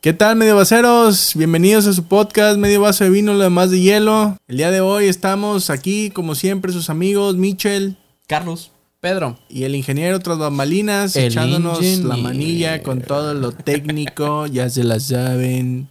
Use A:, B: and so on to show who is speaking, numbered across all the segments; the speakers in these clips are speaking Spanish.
A: ¿Qué tal, mediovaceros? Bienvenidos a su podcast Medio Vaso de Vino, lo demás de hielo. El día de hoy estamos aquí, como siempre, sus amigos Michel
B: Carlos.
C: Pedro.
A: y el ingeniero tras bambalinas
C: El
A: echándonos la
C: ingeniero.
A: manilla con todo lo técnico, ya se la saben.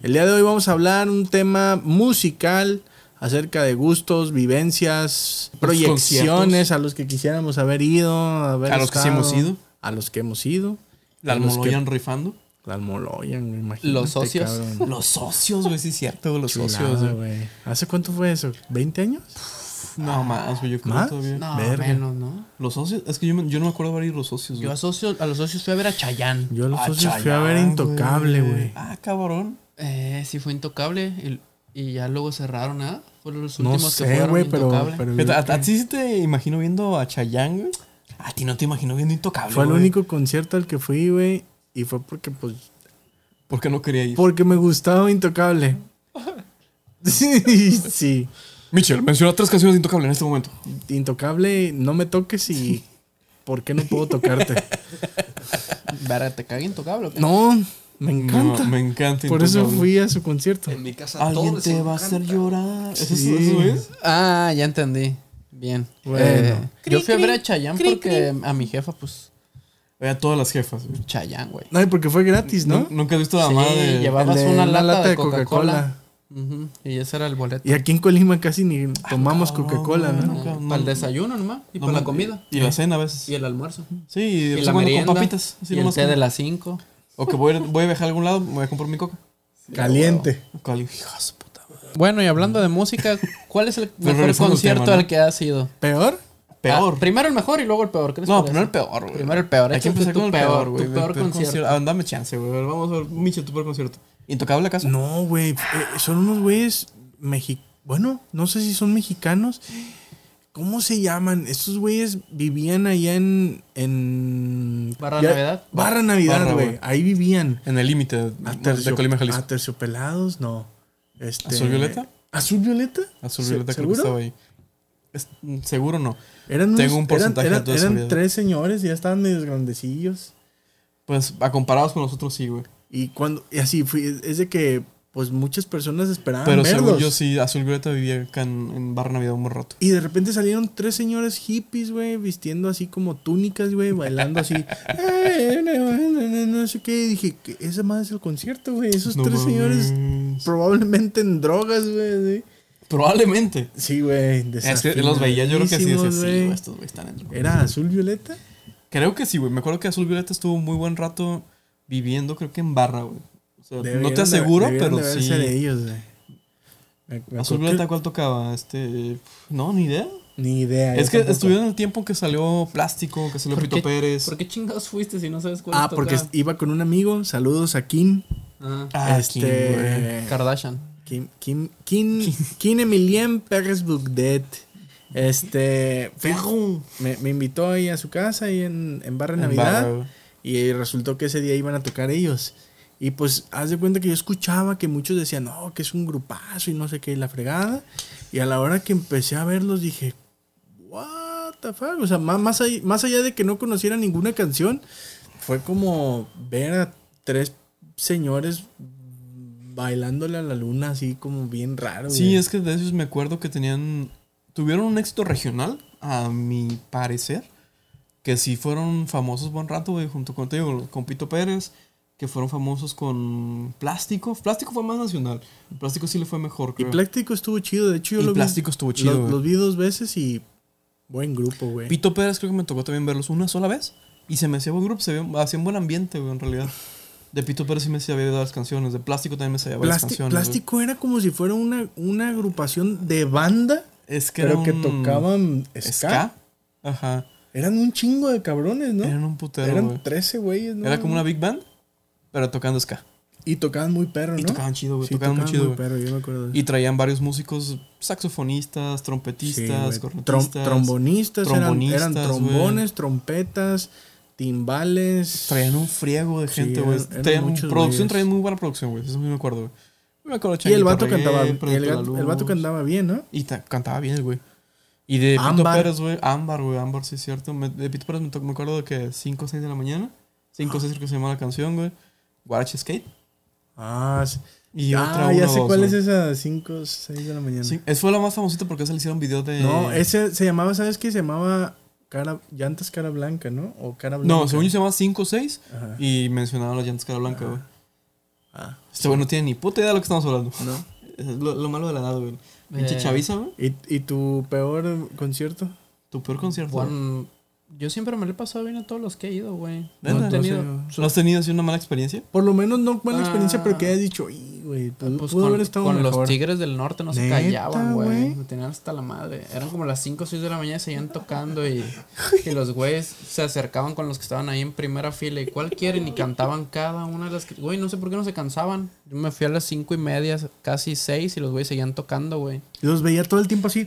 A: El día de hoy vamos a hablar un tema musical acerca de gustos, vivencias, proyecciones
B: conciertos.
A: a los que quisiéramos haber ido, haber
B: A los que sí hemos
A: estado,
B: ido.
A: a los que hemos ido.
B: La
A: A los que-
B: Almoloyan rifando.
A: La Almoloyan, güey, imagínate,
C: Los socios.
A: Este cabrón.
B: Los socios, güey, sí es cierto, güey, los socios,
A: Chulada,
B: güey.
A: güey. ¿Hace cuánto fue eso? ¿20 años?
B: No más, güey, yo creo
A: ¿Más?
B: todavía.
C: No,
A: Verga.
C: menos, ¿no?
B: Los socios, es que yo, me- yo no me acuerdo de varios los socios,
C: Yo
B: güey.
C: a, socio- a los socios fui a ver a Chayanne.
A: Yo a los
B: Ah,
A: socios fui a
B: Chayanne,
A: ver Intocable, güey.
B: Ah, cabrón.
C: Eh, sí fue intocable y, y ya luego cerraron, ¿ah? Fueron los
A: No
C: últimos que
A: sé,
C: fueron
A: güey, pero,
C: Intocable.
A: pero
B: Fíjate, ¿A, a ti sí te imagino viendo a Chayanne, güey? A ti no te imagino viendo Intocable,
A: Fue el
B: güey.
A: único concierto al que fui, güey. Y fue porque, pues,
B: ¿Por qué no quería ir?
A: porque me gustaba Intocable. Sí, sí.
B: Michel, menciona tres canciones de Intocable en este momento.
A: Intocable, no me toques y. ¿Por qué no puedo tocarte?
C: Verga, ¿Te caga intocable o qué?
A: No, me encanta.
B: No, me encanta
A: Por eso
B: Intocable.
A: fui a su concierto.
D: En mi casa
B: Alguien
D: todos
B: te
D: les
B: va a hacer
D: encanta.
B: llorar. ¿Eso, es-
A: Sí.
B: eso es?
C: Ah, ya entendí. Bien.
A: Bueno.
C: Eh, yo fui a ver a Chayanne porque a mi jefa, pues,
B: Ve a todas las jefas, güey.
C: Chayanne, güey.
A: Ay, porque fue gratis, ¿no?
B: Nu- Nunca has visto la
C: Sí,
B: madre.
C: lleva-
A: El
C: Dabas
A: de
C: una
A: una
C: lata
A: lata
C: de
A: de Coca-Cola.
C: Coca-Cola. Ujú, Y ese era el boleto.
A: Y aquí en Colima casi ni tomamos
B: cabrón,
A: Coca-Cola,
B: güey,
A: ¿no?
B: no.
C: Para el desayuno nomás. Y
B: No
C: para la
B: mames.
C: comida.
B: Y la cena a veces.
C: Y el almuerzo.
B: Sí, y, de
C: Y
B: vez en
C: la
B: cuando
C: merienda.
B: con papitas. así
C: y el
B: nomás
C: té
B: con-
C: de las 5.
B: O que voy a, ir- voy a viajar a algún lado, me voy a comprar mi coca.
A: Caliente.
B: Cuál, hijo de su puta madre.
C: Bueno, y hablando de música, ¿cuál es el mejor
B: regresando al
C: concierto
B: tema, ¿no?
C: al que has ido?
A: ¿Peor?
B: Peor.
C: Ah, primero el mejor y luego el peor. ¿qué les
B: no,
C: parece?
B: primero el peor, güey.
C: Primero el peor.
B: Hay que
C: échate
B: empezar
C: tu
B: con el
C: peor,
B: peor,
C: tu
B: güey. mi
C: peor concierto.
B: Ah, dame chance, güey. A ver, Vamos a ver, Micho, tu peor concierto. ¿Intocable acaso?
A: No, güey. eh, son unos güeyes mexi- Bueno, no sé si son mexicanos. ¿Cómo se llaman? Estos güeyes vivían allá en. en...
C: Barra
A: ya-
C: Navidad.
A: Barra
B: Barra,
A: Navidad, güey.
B: güey.
A: Ahí vivían.
B: En el límite de, de
A: Atercio-
B: Colima, Jalisco.
A: Aterciopelados, no. Este,
B: ¿Azul Violeta?
A: ¿Azul Violeta?
B: Azul
A: ah, ¿Se-
B: Violeta creo que
A: ¿seguro?
B: estaba ahí. Es- mm, seguro no.
A: Eran
B: Tengo
A: unos-
B: un porcentaje
A: eran,
B: de
A: eran, eran
B: seguridad.
A: tres señores y ya estaban medio grandecillos.
B: Pues, a comparados con nosotros, sí, güey.
A: Y cuando. Y así fui. Es de que, pues muchas personas esperaban.
B: Pero según
A: Ah, verlos.
B: yo, sí, Azul Violeta vivía acá en, en Barra Navidad un buen rato.
A: Y de repente salieron tres señores hippies, güey, vistiendo así como túnicas, güey, bailando así. Eh, no, no, no, no sé qué. Y dije, "¿Qué- esa madre es el concierto, güey. Esos
B: No
A: tres señores
B: mames.
A: probablemente en drogas, güey.
B: Probablemente.
A: Sí, Sí, güey.
B: Es que los veía, yo creo que sí, decía,
A: desafinadísimos,
B: sí,
A: güey.
B: güey, estos güey están en droga.
A: ¿Era azul violeta?
B: Creo que sí, güey. Me acuerdo que Azul Violeta estuvo un muy buen rato viviendo, creo que en Barra, güey. O sea, no
A: Debieron
B: te
A: de-
B: aseguro,
A: debieron
B: pero
A: de haber ser
B: sí.
A: ellos, güey. Me- me
B: Azul
A: acuerdo que-
B: Violeta, ¿cuál tocaba? Este. No, ni idea.
A: Ni idea.
B: Es
A: yo
B: que
A: tampoco.
B: estuvieron en el tiempo que salió Plástico, que salió
C: ¿Por
B: Pito
C: qué-
B: Pérez.
C: ¿Por qué chingados fuiste si no sabes cuál
A: Ah,
C: toca?
A: porque iba con un amigo. Saludos a Kim.
C: Ah,
B: Ah, ¿quién, güey?
A: este.
C: Kardashian.
A: Kim, Kim, Kim, Kim Emilien Pérez Bugdet. Este. fui- me, me invitó ahí a su casa ahí en, en Barra
B: En
A: Navidad.
B: Barra, güey.
A: y resultó que ese día iban a tocar ellos. Y pues, haz de cuenta que yo escuchaba que muchos decían, no, que es un grupazo y no sé qué, y la fregada. Y a la hora que empecé a verlos dije, what the fuck. O sea, ma- más, ahí- más allá de que no conociera ninguna canción, fue como ver a tres señores bailándole a la luna así como bien raro.
B: Sí,
A: güey.
B: es que de esos me acuerdo que tenían. Tuvieron un éxito regional, a mi parecer. Que sí fueron famosos buen rato, güey, junto con, te digo, con Pito Pérez. Que fueron famosos con Plástico. Plástico fue más nacional. Plástico sí le fue mejor,
A: Y
B: creo.
A: Plástico estuvo chido, de hecho yo
B: Y
A: lo vi-
B: Plástico estuvo chido,
A: lo-
B: güey.
A: los vi dos veces y buen grupo, güey.
B: Pito Pérez creo que me tocó también verlos una sola vez. Y se me hacía buen grupo, se veía- hacía un buen ambiente, güey, en realidad. De Pito Pérez sí me hacía ver las canciones. De Plástico también me hacía ver las
A: Plasti-
B: canciones. Pues güey.
A: plástico era como si fuera una, una agrupación de banda,
B: Es que
A: pero
B: era
A: que
B: un
A: tocaban ska.
B: ska. Ajá.
A: Eran un chingo de cabrones, ¿no?
B: Eran un putero,
A: Eran
B: güey.
A: 13 güeyes, ¿no?
B: Era como una big band, pero tocando ska.
A: Y tocaban muy perro, ¿no?
B: Y tocaban chido, güey.
A: Sí,
B: tocaban, muy chido, güey.
A: perro, yo me acuerdo de
B: Y traían varios músicos, saxofonistas,
A: eso. Sí,
B: trompetistas,
A: güey.
B: cornetistas.
A: Trom- trombonistas, eran- eran,
B: trombonistas,
A: trombones, trompetas, timbales.
B: Traían un friego de
A: Sí,
B: gente, güey.
A: eran- eran
B: Traían
A: muchos
B: producción,
A: güeyes.
B: traían muy buena producción, güey. Eso sí me acuerdo, güey. Me acuerdo
A: Y el
B: Changuito
A: vato
B: Reggae,
A: cantaba, el,
B: Proyecto La
A: gato- el vato
B: Luz.
A: cantaba bien, ¿no?
B: Y ta- cantaba bien el güey. Y de Pito
A: Ámbar.
B: Pérez, güey. Ámbar, güey. Ámbar, sí, es cierto. Me- de Pito Pérez me, to- me acuerdo de que 5 o 6 de la mañana. 5 o 6 creo que se llama la canción, güey. Guarache Skate.
A: Ah, sí.
B: Y
A: Ah,
B: otra
A: ya
B: una,
A: sé
B: dos,
A: cuál
B: ¿no?
A: es esa, 5, 6 de la mañana.
B: Sí, esa fue la más famosita porque se le hicieron videos de.
A: No, ese se llamaba, ¿sabes qué? Se llamaba cara, llantas cara blanca, ¿no? O cara blanca.
B: No, según yo se llama 5 o 6
A: Ajá.
B: y mencionaron las llantas cara blanca, güey.
A: Ah.
B: Este güey no tiene ni puta idea de lo que estamos hablando. No. Lo, lo malo de la edad, güey. Pinche
C: Eh.
B: chaviza, güey.
A: ¿Y, y tu peor concierto?
B: Tu peor concierto. güey.
C: Juan, yo siempre me lo he pasado bien a todos los que he ido, güey.
B: ¿Neta?
C: No Ah, he tenido.
A: No sé,
B: ¿No has tenido así una mala experiencia?
A: por lo menos no buena experiencia,
C: Ah.
A: pero que hayas dicho, "Ih,
B: Ah,
A: güey, pudo,
C: Pues
A: pudo
C: con,
A: haber estado
C: con
A: mejor.
C: los tigres del norte no se
A: Neta,
C: callaban,
A: güey.
C: güey. Me tenían hasta la madre. Eran como las 5 o 6 de la mañana y seguían tocando y, y los güeyes se acercaban con los que estaban ahí en primera fila y cuál quieren y cantaban cada una de las... que- Güey, no sé por qué no se cansaban. Yo me fui a las 5 y media, casi 6 y los güeyes seguían tocando, güey.
A: Los veía todo el tiempo así,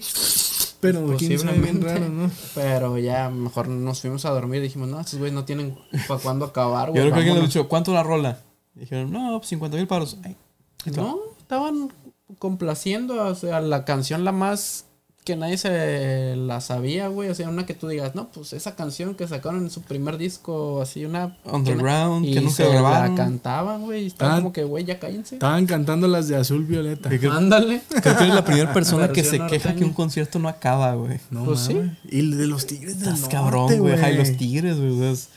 A: pero
C: Pues
A: quién sabe, bien
C: Posiblemente.
A: raro, ¿no?
C: Pero ya mejor nos fuimos a dormir y dijimos, no, estos güeyes no tienen para cuándo acabar,
B: Yo
C: güey.
B: creo que alguien le
C: vámonos".
B: dicho, ¿cuánto la rola? Y dijeron, no, pues 50 mil paros. Ay, ahí te va.
C: No, estaban complaciendo o sea, la canción la más que nadie se la sabía, güey. O sea, una que tú digas, no, pues esa canción que sacaron en su primer disco, así una...
B: Underground,
C: y
B: que nunca
C: se
B: grabaron. Ah,
C: la cantaban, güey. Y
A: Ah.
C: estaba como que, güey, ya cállense.
A: Estaban cantando las de azul violeta.
B: Que creo-
C: Ándale.
B: Creo que eres la primera persona que se
C: Versión
B: queja que
C: norteña.
B: un concierto no acaba, güey.
A: No,
C: Pues sí.
A: mames. Y de los tigres del
B: Estás
A: norte,
B: cabrón, güey. Ay, los tigres, güey. o sea, es-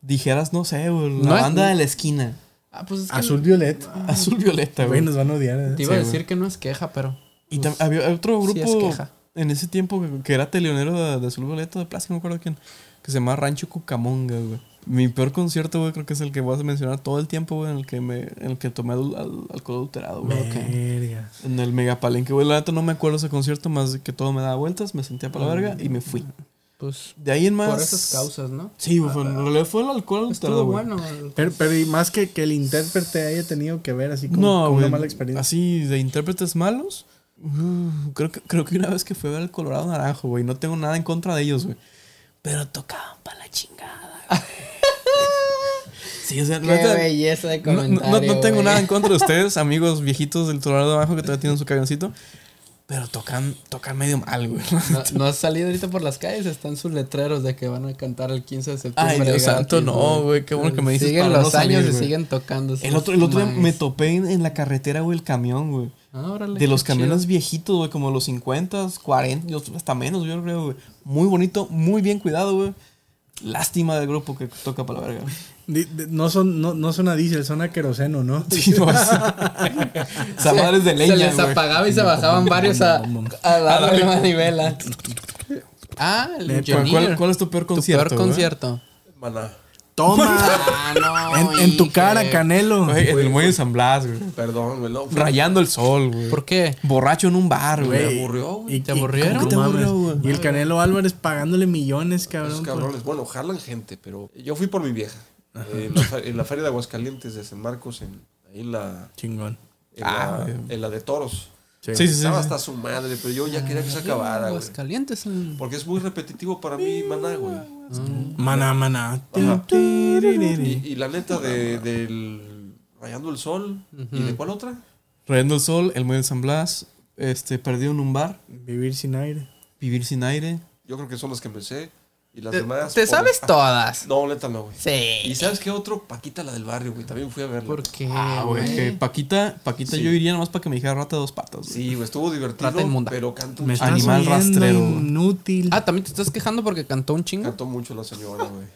B: dijeras, no sé, güey. La
C: No es-
B: banda de la esquina.
C: Ah, pues es que
A: Azul violeta.
B: Azul
A: Güey,
B: violeta, Ah, güey.
A: nos van a odiar. ¿eh?
C: te iba a
B: Sí,
C: decir que no es queja, pero...
B: y tam- había otro
C: Pues, sí es
B: grupo
C: queja.
B: en ese tiempo que- que era telonero de, de Azul Violeta de Plástico, no me acuerdo quién. Que se llamaba Rancho Cucamonga, güey. Mi peor concierto, güey, creo que es el que vas a mencionar todo el tiempo, güey, en el que me, en el que tomé al- al- alcohol adulterado, güey.
A: Verga.
B: En el Mega Palenque, güey. La neta no me acuerdo ese concierto, más que todo me daba vueltas, me sentía para la verga y me fui.
C: Pues
B: De ahí en más.
C: Mm. por esas causas, ¿no?
B: Sí, güey, fue, en realidad fue el alcohol adulterado,
C: Estuvo
B: güey.
C: bueno.
A: Pero, pero y más que, que el intérprete haya tenido que ver así como
B: No,
A: una
B: güey.
A: mala experiencia.
B: Así de intérpretes malos. uh, creo, que, creo que una vez que fue a ver el Colorado Naranjo, güey. No tengo nada en contra de ellos, güey. Pero tocaban para la chingada. güey. sí, o sea,
C: Qué
B: la neta,
C: belleza de
B: no, no- no-
C: comentario,
B: no tengo
C: güey.
B: nada en contra de ustedes, amigos viejitos del Colorado Naranjo que todavía tienen su camioncito. Pero tocan, tocan medio mal, güey.
C: No, no has salido ahorita por las calles, están sus letreros de que van a cantar el 15 de septiembre.
B: Ay, Dios
C: gratis,
B: santo, no, güey, qué bueno que me dices
C: Siguen
B: para
C: los
B: no salir,
C: años y
B: güey.
C: siguen tocando.
B: El otro, el otro día me topé en, en la carretera, güey, el camión, güey.
C: Ah,
B: De los camiones viejitos, güey, como los 50, 40, yo- hasta menos, yo creo, güey. Muy bonito, muy bien cuidado, güey. Lástima del grupo que toca para la verga. güey.
A: Di- de- no, son, no, no son a diésel, son a queroseno, ¿no?
B: Sí, no, esa esa madre es de leña,
C: Se les
B: güey.
C: apagaba y se bajaban varios a, a darle la manivela. Ah, el
A: Neta.
B: ¿Cuál,
C: engineer.
B: cuál- cuál es tu peor
C: tu
B: concierto?
C: peor
B: güey?
C: concierto?
D: Maná.
A: ¡Toma!
C: Ah, no.
A: en, en tu
C: hija.
A: cara, Canelo.
B: Güey, en el muelle de San Blas, güey.
D: Perdón, güey. No,
B: Rayando el sol, güey.
C: ¿Por qué?
B: Borracho en un bar,
D: me
B: güey.
D: aburrió, güey.
A: ¿Y
C: ¿Te
A: y-
C: aburrieron?
A: ¿cómo te
B: No
A: aburrió,
B: mames.
A: güey? Y el Canelo Álvarez pagándole millones, cabrón.
D: Esos
A: por-
D: cabrones. Bueno, jalan gente, pero yo fui por mi vieja. Eh, En la, fe- en la feria de Aguascalientes de San Marcos, en, ahí en la,
A: Chingón.
D: en,
B: Ah,
D: la,
B: güey.
D: en la de toros.
A: Sí.
B: Sí, sí, sí.
D: Estaba
B: sí.
D: hasta su madre, pero yo ya quería que se acabara, güey.
C: Aguascalientes. mm.
D: Porque es muy repetitivo para mí, maná, güey.
A: Maná, maná.
D: Ajá.
A: Tiririri.
D: Y, y la neta de, del Rayando el Sol. ¿Y de cuál otra?
B: Rayando el sol, el muelle de San Blas. Este, perdido en un bar.
A: Vivir sin aire.
B: Vivir sin aire.
D: Yo creo que son las que empecé. Y las
C: Te,
D: demás.
C: eh, te
D: por-
C: sabes
D: Ah,
C: todas.
D: No, neta no, güey. ¿Y
C: Sí.
D: sabes qué otro? Paquita, la del barrio, güey. También fui a verla.
C: ¿Por qué?
B: Ah, güey. que Paquita, Paquita
D: Sí.
B: yo iría nomás para que me dijera rata de dos patas. güey.
D: Sí, güey, estuvo divertido.
C: Rata inmunda.
D: Pero canto
A: Me
D: mucho.
A: estás
B: Animal
A: oyendo,
B: rastrero.
A: Inútil.
C: Ah, también te estás quejando porque cantó un chingo.
D: Cantó mucho la señora, güey.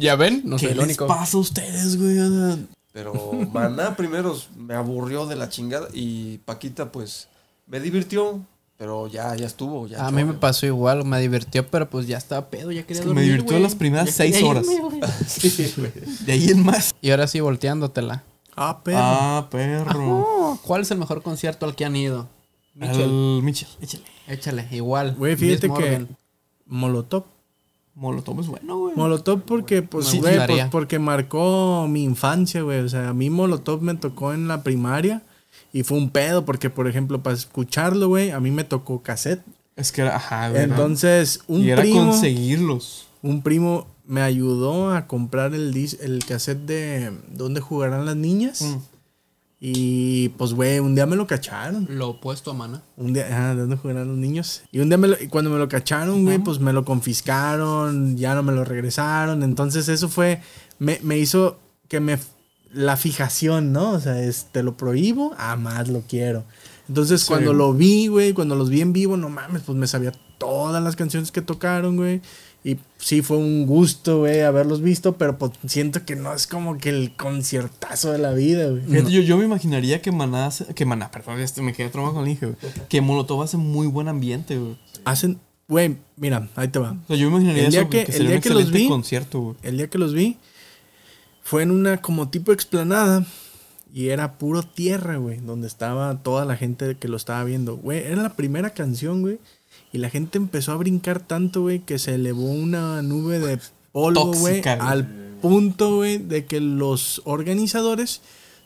C: Ya ven, no soy
B: ¿Qué
C: el
B: les
C: único.
B: pasa a ustedes, güey? O sea,
D: Pero Maná primero me aburrió de la chingada. Y Paquita, pues, me divirtió. Pero ya, ya estuvo. Ya
C: A mí me
D: pasó.
C: pasó igual, me divirtió, pero pues ya estaba pedo, ya quería
B: que me
C: dormir,
B: divirtió
C: güey.
B: las primeras
C: Ya
B: seis
C: quería
B: horas.
C: irme, güey.
B: De ahí en más.
C: y ahora sí, volteándotela.
A: Ah, perro.
B: Ah, perro.
C: Oh, ¿Cuál es el mejor concierto al que han ido? Mitchell.
B: Al Mitchell. Échale.
C: Échale, igual.
A: Güey,
C: Miss
A: fíjate que.
C: Morgan.
A: Molotov.
B: Molotov es bueno, güey.
A: Molotov porque, pues,
C: Me
A: güey,
C: gustaría.
A: pues, porque marcó mi infancia, güey. O sea, a mí Molotov me tocó en la primaria y fue un pedo porque, por ejemplo, para escucharlo, güey, a mí me tocó cassette.
B: Es que era, ajá, güey.
A: Entonces, un
B: y era
A: primo,
B: conseguirlos.
A: un primo me ayudó a comprar el, dis- el cassette de Donde jugarán las niñas.
B: Mm.
A: Y, pues, güey, un día me lo cacharon.
C: Lo opuesto a Mana.
A: Un día, ah, dando jugar a los niños. Y un día me lo- y cuando me lo cacharon, güey, pues me lo confiscaron, ya no me lo regresaron. Entonces eso fue, me, me hizo que me, f- la fijación, ¿no? O sea, es, te lo prohíbo, a más lo quiero. Entonces,
B: Sí.
A: cuando lo vi, güey, cuando los vi en vivo, no mames, pues me sabía todas las canciones que tocaron, güey. Y sí fue un gusto, güey, haberlos visto, pero pues, siento que no es como que el conciertazo de la vida, güey.
B: Fíjate, yo, yo me imaginaría que Maná, hace- que Maná, perdón, este, me quedé trauma con el Inge, güey. Que Molotov hace muy buen ambiente, güey.
A: Hacen, güey, mira, ahí te va.
B: O sea, yo me imaginaría
A: El día
B: eso, güey,
A: que-
B: que,
A: el
B: sería
A: día
B: un
A: que los
B: excelente
A: vi-
B: concierto, güey.
A: El día que los vi fue en una como tipo explanada y era puro tierra, güey, donde estaba toda la gente que lo estaba viendo. Güey, era la primera canción, güey, y la gente empezó a brincar tanto, güey, que se elevó una nube de polvo, güey,
B: Tóxica, güey.
A: al punto, güey, de que los organizadores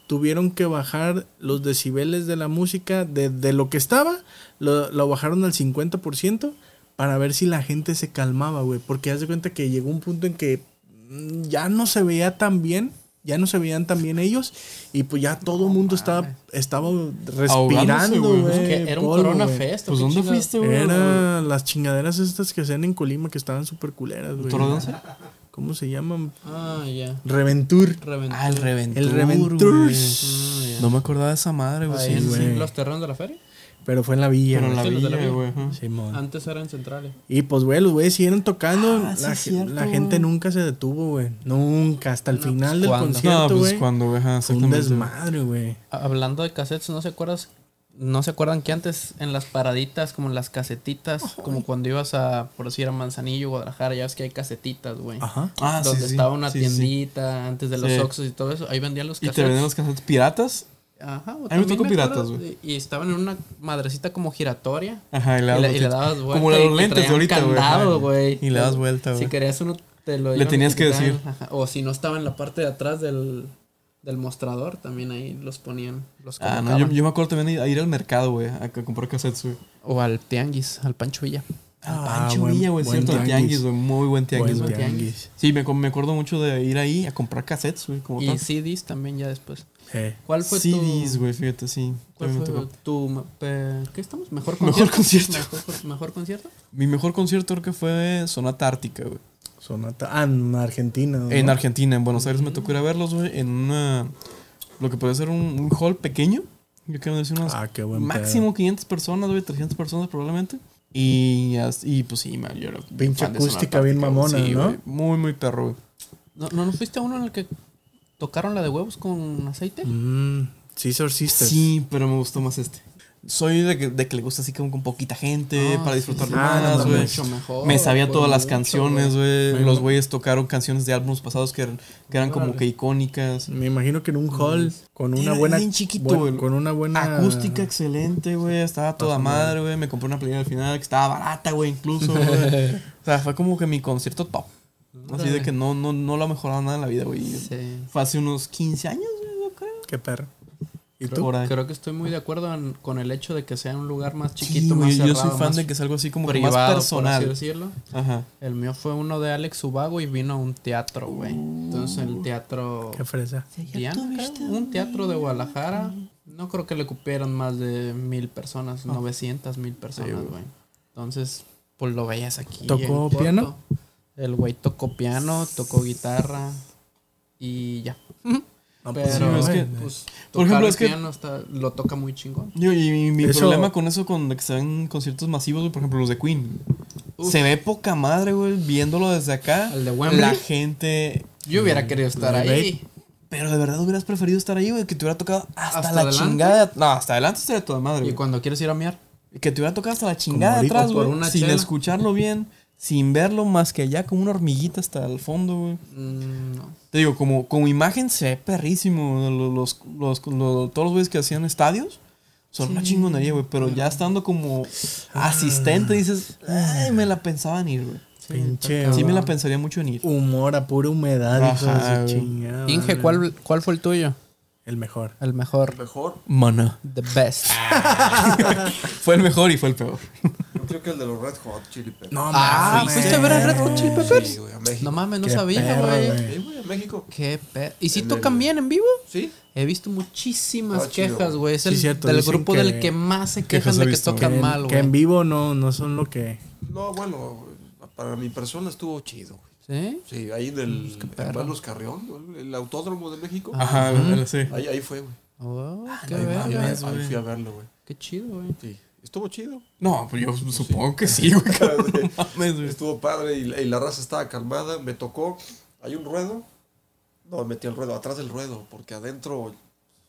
A: tuvieron que bajar los decibeles de la música de, de lo que estaba, lo, lo bajaron al 50% para ver si la gente se calmaba, güey. Porque haz de cuenta que llegó un punto en que mm, ya no se veía tan bien, ya no se veían tan bien ellos, y pues ya todo el mundo estaba, estaba
B: Ahogándose,
A: respirando,
B: güey.
A: güey.
B: Es
C: Que era un
A: polvo,
C: Corona
A: güey.
C: Fest. ¿o
B: Pues,
C: qué
B: ¿dónde
C: chingados?
B: fuiste, güey?
A: Era las chingaderas estas que hacían en Colima que estaban súper culeras, güey.
B: ¿Toro Danza?
A: ¿Cómo se llaman?
C: Ah, ya.
A: Reventur.
C: Reventó.
B: Ah, el Reventur.
A: El Reventur.
B: güey.
A: Ah,
B: No me acordaba de esa madre, güey.
C: Ahí
B: Ah, Sí,
C: en
B: güey.
A: güey.
C: los terrenos de la feria.
A: Pero fue en la villa,
B: Pero en
A: güey.
B: la
C: Sí, los de la
B: villa,
C: villa.
B: güey. ajá.
A: Simón.
C: Antes eran centrales.
A: Y pues, güey, los güeyes siguieron tocando.
B: Ah, sí
A: la,
B: es
A: ge-
B: cierto,
A: la
B: güey.
A: gente nunca se detuvo, güey. Nunca. Hasta el
C: No,
A: final
C: pues,
A: del
C: ¿cuándo?
B: No,
A: concierto,
B: pues
A: güey.
B: cuando, güey, ajá,
A: fue un
B: exactamente.
A: desmadre, güey.
C: Ha- Hablando de cassettes, ¿no se acuerdas? ¿No se acuerdan que antes en las paraditas, como en las casetitas, como cuando ibas a, por decir, a Manzanillo, Guadalajara, ya ves que hay casetitas, güey.
A: Ajá.
B: Ah, sí,
C: donde
B: sí,
C: estaba una
B: sí, sí.
C: tiendita antes de los
B: Sí.
C: Oxxos y todo eso. Ahí vendían los
B: Y
C: cassettes.
B: te venden los cassettes piratas.
C: Ajá, o
B: me
C: también
B: tocó
C: me
B: piratas,
C: acuerdo,
B: güey.
C: Y estaban en una madrecita como giratoria.
B: Ajá, y le
C: Y
B: dabas
C: le, y le
B: vuelta.
C: dabas vuelta.
B: Como la de
C: y
B: los
C: te
B: lentes de
C: traían
B: ahorita, güey.
C: candado,
B: Ajá.
C: güey.
B: Y le dabas vuelta, güey.
C: Si querías uno, te lo
B: Le
C: iban a
B: tenías que
C: quitar.
B: decir.
C: Ajá, O si no estaba en la parte de atrás del, del mostrador, también ahí los ponían. Los
B: Ah, no,
C: colocaban.
B: yo, yo me acuerdo también de ir al mercado, güey, a c- comprar cassettes, güey.
C: O al tianguis, al Pancho Villa.
B: Al
A: Ah,
B: Pancho
A: buen-
B: Villa, güey,
A: buen
B: cierto, al
A: tianguis.
B: tianguis, güey, muy buen tianguis,
A: Buen
B: güey.
A: tianguis.
B: Sí, me, acu- me acuerdo mucho de ir ahí a comprar cassettes, güey, como
C: Y
B: tal.
C: CDs también ya después.
A: Eh.
C: ¿Cuál fue
B: CDs,
C: tu...
B: güey, fíjate, sí.
C: ¿Cuál
B: también me
C: fue
B: tocó.
C: tu... ma- pe- ¿Qué estamos? ¿Mejor concierto?
B: Mejor concierto.
C: Mejor, mejor concierto.
B: Mi mejor concierto creo que fue Sonata Ártica, güey.
A: Sonata. Ah, en Argentina. ¿no?
B: En Argentina, en Buenos Aires me tocó ir a verlos, güey, en una... Lo que podría ser un, un hall pequeño. Yo quiero decir unas
A: Ah, qué buen
B: máximo 500 personas, güey, 300 personas probablemente. Y, as- y pues sí, man, yo era un
A: Pinche
B: fan de Sonata
A: acústica bien
B: Ártica, güey.
A: mamona, ¿no?
B: güey, muy, muy perro, güey.
C: ¿No, ¿No nos fuiste a uno en el que tocaron la de huevos con aceite?
A: pedo. Mm, Scissor Sisters.
B: Sí, pero me gustó más este. Soy de que, de que le gusta así como con poquita gente,
C: Ah,
B: para
C: sí,
B: disfrutarlo
C: sí.
A: Ah,
B: más,
A: no,
B: güey.
A: mucho
C: mejor,
B: Me sabía
C: por
B: todas las
C: mucho,
B: canciones, güey.
A: Me-
B: Los güeyes tocaron canciones de álbumes pasados que eran, que eran como
C: Órale.
B: que icónicas.
A: Me imagino que en un hall con una
B: Era
A: buena.
B: bien chiquito,
A: buen-
B: güey.
A: con una buena.
B: Acústica excelente, güey. Estaba toda madre, güey. Me compré una playera al final que estaba barata, güey, incluso. güey. o sea, fue como que mi concierto top. Así de
C: Órale.
B: que no, no, no lo ha mejorado nada en la vida, güey.
C: Sí.
B: Fue hace unos 15 años, güey, yo creo.
A: Qué perro. ¿Y tú?
B: Por ahí.
C: Creo que estoy muy de acuerdo en- con el hecho de que sea un lugar más
B: Sí,
C: chiquito, más
B: güey,
C: cerrado,
B: yo soy fan
C: más
B: de que es algo así como que
C: privado,
B: más
C: por así
B: personal.
C: decirlo.
B: Ajá.
C: El mío fue uno de Alex Subago y vino a un teatro, güey.
B: Uh.
C: Entonces el teatro
A: Qué fresa.
C: Diana, creo, un teatro de Guadalajara. No creo que le cupieran más de mil personas, 900 mil personas, güey. Entonces, pues lo veías aquí.
A: ¿Tocó
C: en corto.
A: piano?
C: El güey tocó piano, tocó guitarra y ya.
A: No, pues,
C: Pero,
A: sí,
B: es
A: güey.
B: que-
C: pues,
B: Por
C: por
B: ejemplo,
C: ejemplo,
B: es que-
C: piano está- lo toca muy chingón.
B: Yo, y mi, mi
A: Eso-
B: problema con eso, con de que se ven conciertos masivos, güey, por ejemplo, los de Queen.
C: Uf.
B: Se ve poca madre, güey, viéndolo desde acá.
C: ¿El de Wembley?
B: La gente.
C: Yo hubiera querido estar
A: Live
C: ahí.
B: Pero de verdad hubieras preferido estar ahí, güey, que te hubiera tocado hasta,
C: ¿Hasta
B: la
C: adelante?
B: chingada. No, hasta adelante estaría toda madre,
C: Y
B: güey.
C: cuando quieres ir a miar,
B: Que te hubiera tocado hasta la chingada
A: ahorita,
B: atrás,
C: por
B: güey.
C: una
B: Sin
C: chela.
B: escucharlo bien, sin verlo más que allá, como una hormiguita hasta el fondo, güey.
C: mm, no.
B: Te digo, como, como imagen se ve perrísimo. Los, los, los- lo- todos los güeyes que hacían estadios son una chingonería, güey. Pero ya estando como
C: Ah.
B: asistente, dices, ay, me la pensaban ir, güey.
C: Sí,
A: Pinche,
C: está
B: Sí, me la
C: cabrón.
B: pensaría mucho en ir.
A: Humor a pura humedad, hijo de
B: Ajá,
A: su
B: güey.
A: chingada
C: Inge,
A: madre.
C: ¿cuál, ¿cuál fue el tuyo?
A: El mejor.
C: El mejor.
D: Mejor,
B: Mana.
C: The best.
B: Fue el mejor y fue el peor.
D: yo creo que el de los Red Hot Chili Peppers.
A: No,
C: Ah,
A: mames.
C: ¿fuiste a ver a Red Hot Chili Peppers?
D: Sí, güey, a México.
C: No mames, no
A: Qué
C: sabía,
A: perro,
C: güey.
A: güey.
D: Sí, güey, a México.
C: Qué pe- ¿Y si
D: En
C: tocan
D: el-
C: bien en vivo?
D: Sí.
C: He visto muchísimas
D: Está chido.
C: quejas, güey. Es
A: Sí,
C: el
A: cierto,
C: del
A: dicen
C: grupo
A: que-
C: del que más se quejan
B: quejas he
C: de que
B: visto.
A: Que
C: tocan
A: en,
C: mal,
A: que en
C: güey.
A: vivo no, no son lo que.
D: No, bueno, para mi persona estuvo chido, güey.
C: Sí, ¿Sí?
D: Sí, ahí en el
C: Pues qué perro.
D: Hermanos Carrión, ¿no? el Autódromo de México.
B: Ajá,
C: Ujú.
B: sí.
D: Ahí, ahí fue, güey.
C: Oh, qué
D: Ahí, ahí-
C: verga.
D: ahí
B: güey.
D: fui a verlo, güey.
C: Qué chido, güey.
D: Sí. Estuvo chido.
B: No, pues yo supongo que sí, güey. cabrón, no mames, güey.
D: Estuvo padre y, la- y la raza estaba calmada. Me tocó. Hay un ruedo. No, metí el ruedo, atrás del ruedo, porque adentro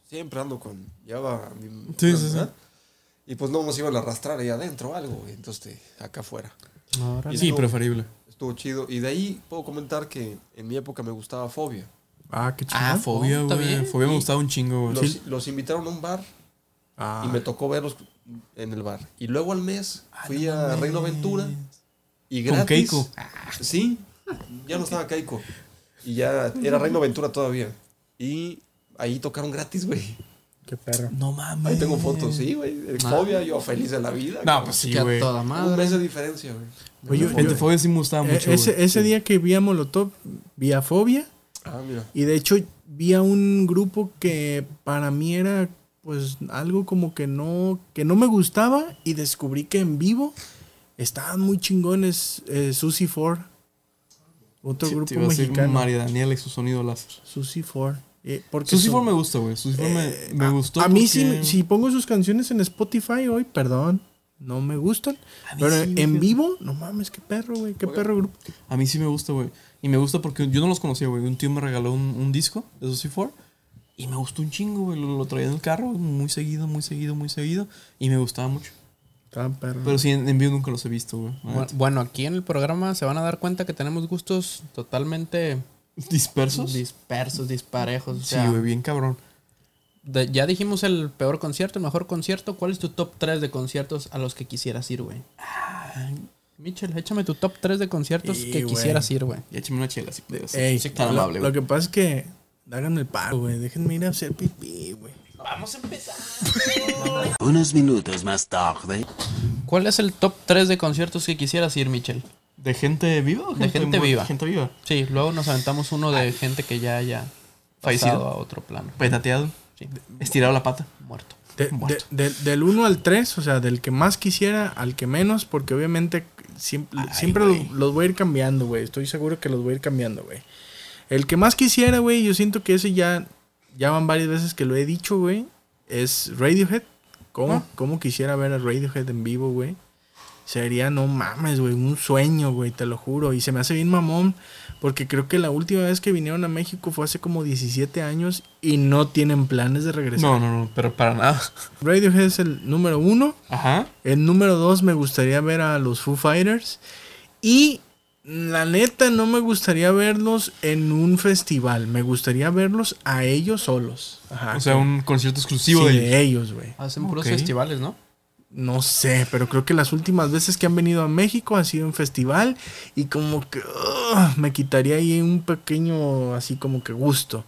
D: siempre ando con. Lleva mi.
B: Sí, sí,
D: ¿verdad? Y pues no nos iban a arrastrar ahí adentro o algo, güey. Entonces, te- acá afuera.
C: Ahora
B: Sí, preferible.
D: Estuvo chido. Y de ahí puedo comentar que en mi época me gustaba Fobia.
A: Ah, qué chido.
B: Ah, fobia,
C: está
B: güey.
C: bien.
B: Fobia me gustaba un chingo, güey.
D: Los, los invitaron a un bar
A: Ah,
D: y me tocó verlos en el bar. Y luego al mes fui a Reino Aventura y
B: Con
D: gratis.
B: Keiko.
D: Sí, ya no estaba Keiko. Y ya era Reino Aventura todavía. Y ahí tocaron gratis, güey.
A: qué perro.
B: No mames.
D: Ahí tengo fotos, sí, güey. de Fobia, yo feliz de la vida.
B: No, pues sí,
C: que
B: güey.
C: a toda
D: Un
C: madre.
D: mes de diferencia, güey.
A: Oye, yo-
B: El de fobia sí me gustaba
A: Eh,
B: mucho, güey.
A: ese ese día que vi a Molotov, vi a Fobia.
D: Ah, mira.
A: Y de hecho vi a un grupo que para mí era pues algo como que no que no me gustaba y descubrí que en vivo estaban muy chingones eh, Susi Ford. Otro
B: Sí, te
A: grupo
B: iba a decir
A: mexicano.
B: María Daniela y su sonido láser.
A: Susi Ford. Eh, porque
B: Susi
A: son-
B: Ford me gusta, güey. Susi Ford me, me gustó.
A: Eh, A mí sí,
B: porque-
A: me- si pongo sus canciones en Spotify hoy, perdón, no me gustan.
B: A mí
A: Pero
B: sí,
A: en
B: fíjate.
A: vivo, no mames, qué perro, güey, qué perro grupo.
B: A mí sí me gusta, güey. Y me gusta porque yo no los conocía, güey. Un tío me regaló un, un disco de Susi Ford. Y me gustó un chingo, güey. Lo, lo traía en el carro muy seguido, muy seguido, muy seguido. Y me gustaba mucho.
A: Estaban perros.
B: Pero sí, en, en vivo nunca los he visto, güey. la
C: Bueno,
B: neta.
C: bueno, aquí en el programa se van a dar cuenta que tenemos gustos totalmente
B: ¿Dispersos?
C: dispersos, disparejos. O
B: sí,
C: sea,
B: güey, bien cabrón.
C: de- ya dijimos el peor concierto, el mejor concierto. ¿Cuál es tu top 3 de conciertos a los que quisieras ir, güey? Michel, échame tu top 3 de conciertos
A: Sí,
C: que
A: güey.
C: quisieras ir, güey.
B: Y échame una chela, si puedes.
A: Ey,
B: Sí, tan
A: lo,
B: amable,
A: lo
B: güey.
A: que pasa es que háganme el paro, güey. Déjenme ir a hacer pipí, güey.
E: Unos minutos más tarde.
C: ¿Cuál es el top 3 de conciertos que quisieras ir, Michel?
B: ¿De gente viva o
C: De gente
B: mu-
C: viva.
B: Gente viva.
C: Sí, luego nos aventamos uno de gente que ya haya
B: Fallecido. Pues,
C: pasado a otro plano.
B: Petateado.
C: Sí,
B: Estirado la pata.
C: muerto.
A: De-
B: Muerto.
A: de- de- del 1 al 3, o sea, del que más quisiera al que menos, porque obviamente siem- siempre
B: güey.
A: los, los voy a ir cambiando, güey. Estoy seguro que los voy a ir cambiando, güey. El que más quisiera, güey, yo siento que ese ya, ya van varias veces que lo he dicho, güey, es Radiohead. ¿Cómo? ¿Cómo quisiera ver a Radiohead en vivo, güey? Sería, no mames, güey, un sueño, güey, te lo juro. Y se me hace bien mamón, porque creo que la última vez que vinieron a México fue hace como 17 años y no tienen planes de regresar.
B: No, no, no, pero para nada.
A: Radiohead es el número uno.
B: Ajá.
A: El número dos me gustaría ver a los Foo Fighters. Y la neta no me gustaría verlos en un festival. Me gustaría verlos a ellos solos. Ajá,
B: O sea,
A: que-
B: un concierto
A: sí,
B: exclusivo de
A: de ellos, güey.
C: Hacen puros
B: Ok.
C: festivales, ¿no?
A: No sé, pero creo que las últimas veces que han venido a México ha sido en festival y como que ugh, me quitaría ahí un pequeño así como que gusto.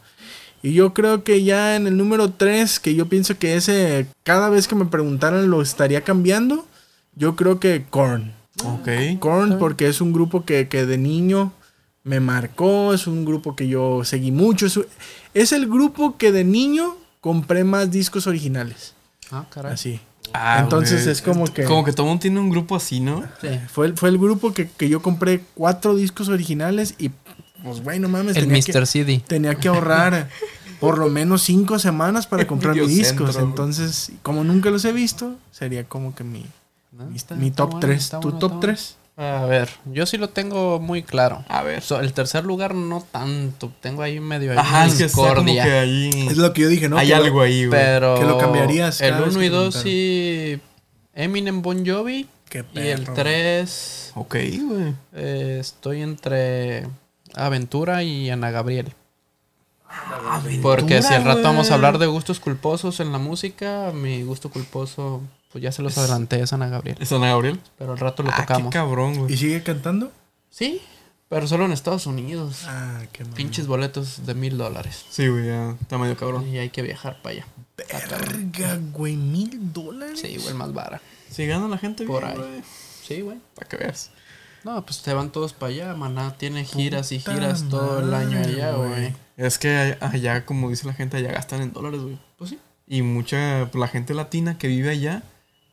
A: Y yo creo que ya en el número 3, que yo pienso que ese cada vez que me preguntaran lo estaría cambiando, yo creo que Korn.
B: Ok.
A: Korn porque es un grupo que, que de niño me marcó, es un grupo que yo seguí mucho, es, es el grupo que de niño compré más discos originales.
C: Ah, caray.
A: Así.
B: Ah,
A: Entonces
B: güey.
A: es como que-
B: Como que todo mundo tiene un grupo así, ¿no?
C: Sí.
A: Fue el, fue el grupo que, que yo compré cuatro discos originales y pues güey, no mames,
C: El
A: tenía
C: Mr.
A: que,
C: CD.
A: tenía que ahorrar por lo menos cinco semanas para comprar mis
B: Videocentro,
A: discos.
B: güey.
A: Entonces, como nunca los he visto, sería como que mi,
C: No,
A: mi,
C: está-
A: mi
C: está
A: top
C: bueno,
A: 3.
C: está
A: ¿Tu
C: bueno,
A: top
C: está
A: 3?
C: bueno. A ver, yo sí lo tengo muy claro.
B: A ver.
C: So, el tercer lugar no tanto. Tengo ahí medio ahí
B: Ajá,
C: una
B: es que está como que
C: discordia,
B: ahí.
A: Es lo que yo dije, ¿no?
B: hay
A: Que lo-
B: algo ahí, güey.
C: pero
A: que lo cambiarías
C: El
A: cada vez
C: 1
A: que
C: y
A: te
C: 2 y Eminem Bon Jovi.
A: Qué
C: Y el
A: perro.
C: 3
B: Ok, güey.
C: estoy entre Aventura y Ana Gabriel. Porque si al rato vamos a hablar de gustos culposos en la música, mi gusto culposo, pues ya se los adelanté, es Ana Gabriel.
B: ¿Es Ana Gabriel?
C: Pero al rato lo
B: Ah, qué
C: tocamos.
B: cabrón,
A: ¿Y
B: güey.
A: sigue cantando?
C: Sí, pero solo en Estados Unidos.
A: Ah, qué mamón.
C: Pinches boletos de mil dólares.
B: Sí, güey, ya. Está medio cabrón.
C: Y hay que viajar para allá. Está cabrón.
A: Verga, güey, mil dólares. Eh,
C: Sí, güey, más vara.
B: Si gana la gente,
C: Por
B: bien,
C: ahí.
B: güey.
C: Sí, güey.
B: Para que veas.
C: No, pues te van todos para allá, maná. Tiene giras y
A: Puta
C: giras todo el año
A: madre,
C: allá, güey.
B: Es que allá, como dice la gente, allá gastan en dólares, güey.
C: Pues sí.
B: Y mucha, pues, la gente latina que vive allá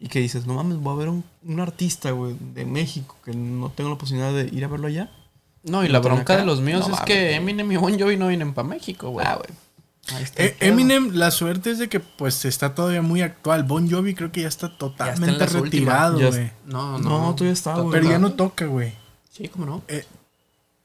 B: y que dices, no mames, voy a ver un, un artista, güey, de México, que no tengo la posibilidad de ir a verlo allá.
C: No, y la
B: Antonio
C: bronca
B: acá.
C: de los míos
B: No
C: es
B: mames,
C: que
B: güey.
C: Eminem y Bon Jovi no vienen para México, güey.
B: Ah, güey.
C: Ahí está el
A: E- Eminem, la suerte es de que pues está todavía muy actual. Bon Jovi creo que ya está totalmente
C: las últimas.
A: retirado,
B: Ya
A: güey.
B: está-
C: pedo. No, no.
B: No, todavía está, güey.
A: Pero ya
B: ¿verdad?
A: no toca, güey.
C: Sí, ¿cómo no?
A: Eh,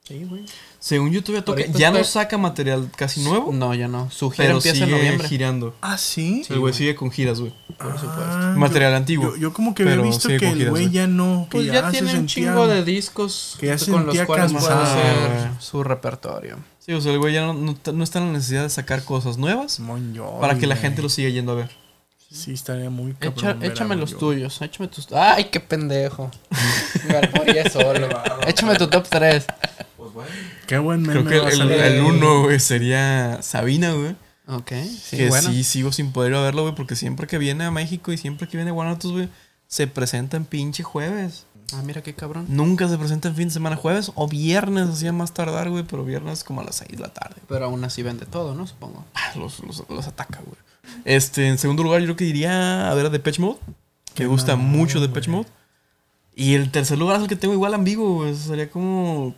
C: Sí, güey.
B: Según yo todavía toca.
C: Ahorita
B: Ya no
C: está-
B: saca material casi nuevo.
C: No, ya no. Su gira
B: pero
C: empieza
B: sigue
C: en noviembre.
B: girando.
A: ah, sí.
B: el güey sigue con giras, güey.
C: Por supuesto.
A: Ah,
B: Material
A: yo-
B: antiguo.
A: Yo, yo como que había
B: Pero
A: visto
B: sigue
A: que
B: con
A: el
B: giras,
A: güey
B: güey.
A: ya no. que
C: Pues ya,
A: se
C: tiene un
A: sentía-
C: chingo de discos
A: que ya
C: con los
A: sentía
C: cuales puede
A: cansado,
C: hacer
B: güey.
C: su repertorio.
B: Sí, o sea, el güey ya no, no, no está en la necesidad de sacar cosas nuevas
A: Bon Jovi,
B: para que la
A: güey.
B: gente lo siga yendo a ver.
A: Sí, estaría muy cabrón.
C: Echa-
A: ver a
C: échame
A: Bon
C: los
A: Jovi.
C: tuyos, échame tus... ¡Ay, qué pendejo! Me arboreé solo. échame tu top 3.
D: Pues bueno.
A: Qué buen meme.
B: Creo que
A: va a
B: el, el,
A: salir.
B: el uno, güey, sería Sabina, güey.
C: Ok, sí,
B: que
C: bueno.
B: sí sigo sin poder ir a verlo, güey, porque siempre que viene a México y siempre que viene a Guanatos, güey, se presenta en pinche jueves.
C: Ah, mira qué cabrón.
B: Nunca se presenta en fin de semana, jueves o viernes, hacía más tardar, güey, pero viernes como a las 6 de la tarde.
C: Pero aún así vende todo, ¿no? Supongo.
B: Ah, Los, los, los ataca, güey. Este, en segundo lugar, yo creo que diría a ver a Depeche Mode, que me gusta mucho Depeche Mode. Y el tercer lugar es el que tengo igual ambiguo, güey. Sería como.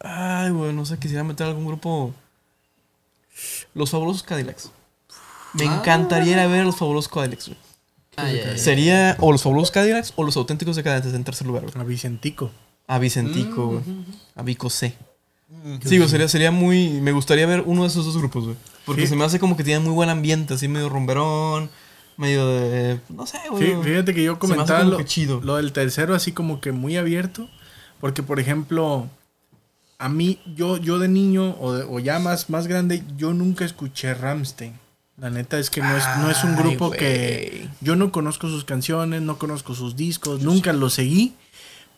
B: Ay, güey, no sé, quisiera meter algún grupo. Los fabulosos Cadillacs. Me encantaría ir a ver a los fabulosos Cadillacs, güey.
C: Ay, ay, ay.
B: Sería o los fabulosos Cadillacs o los auténticos decadentes en tercer lugar, güey.
A: A Vicentico.
B: A Vicentico, güey.
A: Mm.
B: A Vico C. Sí, güey, sería, sería muy. Me gustaría ver uno de esos dos grupos, güey. Porque
A: Sí.
B: se me hace como que tienen muy buen ambiente, así medio rumberón, medio de. No sé,
A: Fí-
B: güey.
A: Fíjate que yo
B: Se me hace
A: comentaba
B: como
A: lo,
B: que chido.
A: lo del tercero así como que muy abierto. Porque, por ejemplo, a mí, yo, yo de niño o, de- o ya más, más grande, yo nunca escuché Ramstein. La neta es que no es, no es un
C: Ay,
A: grupo
C: güey.
A: que... Yo no conozco sus canciones, no conozco sus discos, nunca los seguí.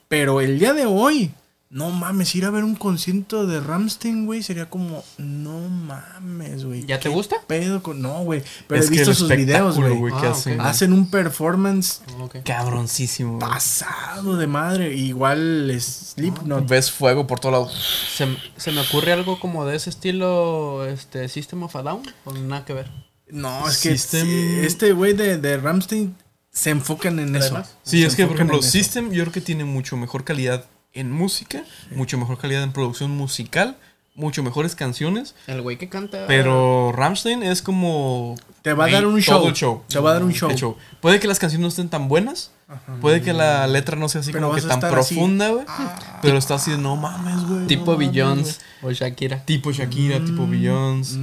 A: Pero el día de hoy, no mames, ir a ver un concierto de Ramstein, güey, sería como... No mames, güey.
C: ¿Ya te
A: ¿qué
C: gusta?
A: pedo con...? No, güey. Pero
B: Es
A: he
B: que
A: visto
B: el
A: sus videos,
B: espectáculo,
A: güey.
B: que
C: Ah,
B: hacen,
C: ok.
B: güey.
A: Hacen un performance
C: Ok.
B: Cabroncísimo, güey.
A: pasado de madre. Igual Slipknot.
B: Ves fuego por todos lados.
C: Se, m- se me ocurre algo como de ese estilo, este, System of a Down, o nada que ver.
A: No, es que
B: System-
A: sí, este güey de, de Ramstein se enfocan en eso.
C: Además.
B: Sí,
A: Se
B: es que, por
A: enfocan
B: ejemplo,
A: en eso.
B: System yo creo que tiene mucho mejor calidad en música, mucho mejor calidad en producción musical, mucho mejores canciones.
C: El güey que canta... ah,
B: Pero Rammstein es como.
A: Te va a dar
B: Güey,
A: un
B: todo
A: show.
B: el show.
A: Te va a dar un show.
B: el show. Puede que las canciones no estén tan buenas. Puede que la letra no sea así
A: Pero
B: como
A: vas
B: que
A: a
B: tan
A: estar así. ah.
B: profunda, güey. Pero está así de no mames, güey.
C: Tipo
B: no mames,
C: Beyoncé
B: güey".
C: o Shakira.
B: Tipo Shakira, tipo
A: Mm,
B: Beyoncé.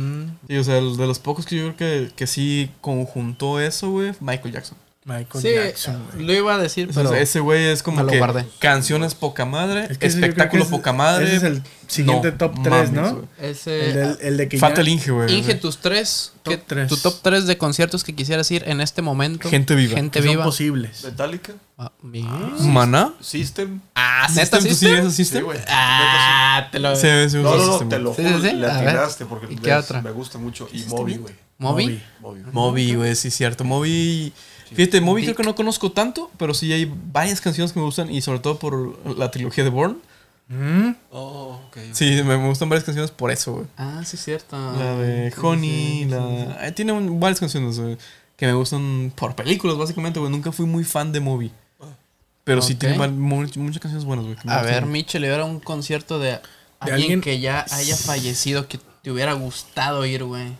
B: Sí, o sea, el de los pocos que yo creo que, que sí conjuntó eso, güey, Michael Jackson.
A: Michael
C: Sí,
A: Jackson, güey.
C: lo iba a decir,
B: O sea,
C: pero...
B: ese güey es
C: me
B: como
C: lo
B: que
C: guardé.
B: canciones poca madre,
A: Es que ese yo creo
B: espectáculo
A: que es-
B: poca madre.
A: Ese es el siguiente
B: No
A: top 3,
B: mames,
A: ¿no?
B: güey.
C: Ese... ah,
A: El del- el de que
B: Falta
A: ya-
B: el Inge, güey.
C: Inge, tus tres,
A: Top
C: ¿qué-
A: tres.
C: tu top 3 de conciertos que quisieras ir en este momento.
B: Gente viva.
C: Gente
A: que son
C: viva.
A: posibles.
D: Metallica,
C: Ah, bien.
B: ¿Maná?
D: System.
C: Ah, ¿neta
B: ¿System? ¿Tú sí
C: System?
B: ves a
D: Sí,
B: System?
D: güey.
C: Ah, te lo...
B: Sí, sí, sí,
D: No,
B: sí,
D: no, no,
B: System.
D: te lo
C: Sí,
D: juro,
C: sí, sí.
D: le
C: A ver.
D: atinaste porque
C: ¿Y qué
D: les-
C: otra?
D: me gusta mucho. Y Moby, güey.
C: ¿Moby?
D: Moby.
B: Moby, güey, sí, cierto. Moby. Fíjate, Moby creo que no conozco tanto, pero sí hay varias canciones que me gustan y sobre todo por la trilogía de Born.
A: Mm,
D: Oh, ok.
B: Sí, me me gustan varias canciones por eso, güey.
C: Ah, sí, cierto.
B: La de Honey, la. eh, Tiene un- varias canciones güey, que me gustan por películas, básicamente, güey. Nunca fui muy fan de Moby. Pero sí
C: Ok.
B: tiene val- mu- muchas canciones buenas, güey. que me
C: A
B: gustan.
C: ver, Michel, era un concierto de, alguien,
A: alguien-
C: que ya haya fallecido, que te hubiera gustado ir, güey.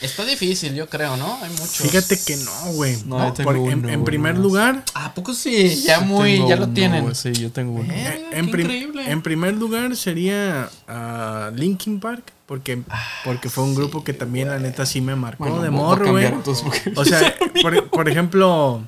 C: Está difícil, yo creo, ¿no? Hay muchos.
A: Fíjate que no, güey.
B: No, yo tengo
A: Por- en-
B: uno,
A: en,
B: güey,
A: primer
B: nomás.
A: lugar,
C: ¿A poco sí? Ya muy,
B: Tengo
C: ya lo
B: uno,
C: tienen.
B: güey, Sí, yo tengo uno.
C: ¿Eh?
A: Eh,
C: qué
A: en, prim-
C: increíble.
A: en primer lugar sería a Linkin Park, porque, porque fue un grupo que también la neta sí me marcó
B: Bueno,
A: de
B: voy- voy a
A: morro, güey.
B: cambiar, entonces, porque-
A: O sea, por, por ejemplo,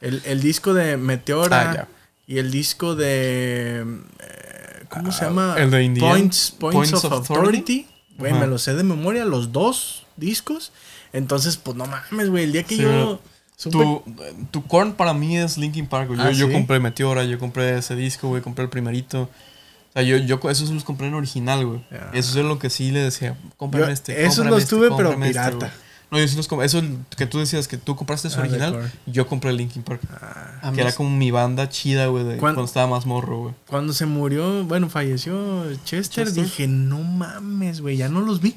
A: el, el disco de Meteora
B: Ah, ya.
A: y el disco de... eh, ¿Cómo se llama?
B: Ah, el de Indian-
A: Points, Points
B: Points
A: of,
B: of
A: Authority.
B: Authority.
A: Güey,
B: Ajá.
A: me lo sé de memoria, los dos discos. Entonces, pues no mames, güey, el día que
B: Sí,
A: yo...
B: pero
A: supe-
B: Tu, tu corn para mí es Linkin Park, güey. Yo,
A: Ah,
B: yo
A: ¿sí?
B: compré Meteora, yo compré ese disco, güey, compré el primerito. O sea, yo, yo co- esos los compré en original, güey.
A: Ya.
B: Eso es lo que sí le decía, cómprame
A: Yo-
B: este.
A: esos
B: cómprame
A: los
B: este,
A: tuve, pero
B: cómprame este,
A: pirata.
B: güey. no, yo sí los compré. Eso que tú decías que tú compraste es
A: Ah, de
B: original,
A: Korn.
B: yo compré Linkin Park.
C: A mí
B: que era
C: sí.
B: como mi banda chida, güey, de
A: ¿Cuán-
B: cuando estaba más morro, güey.
A: Cuando se murió, bueno, falleció Chester,
B: Chester.
A: dije, no mames, güey, ya no los vi.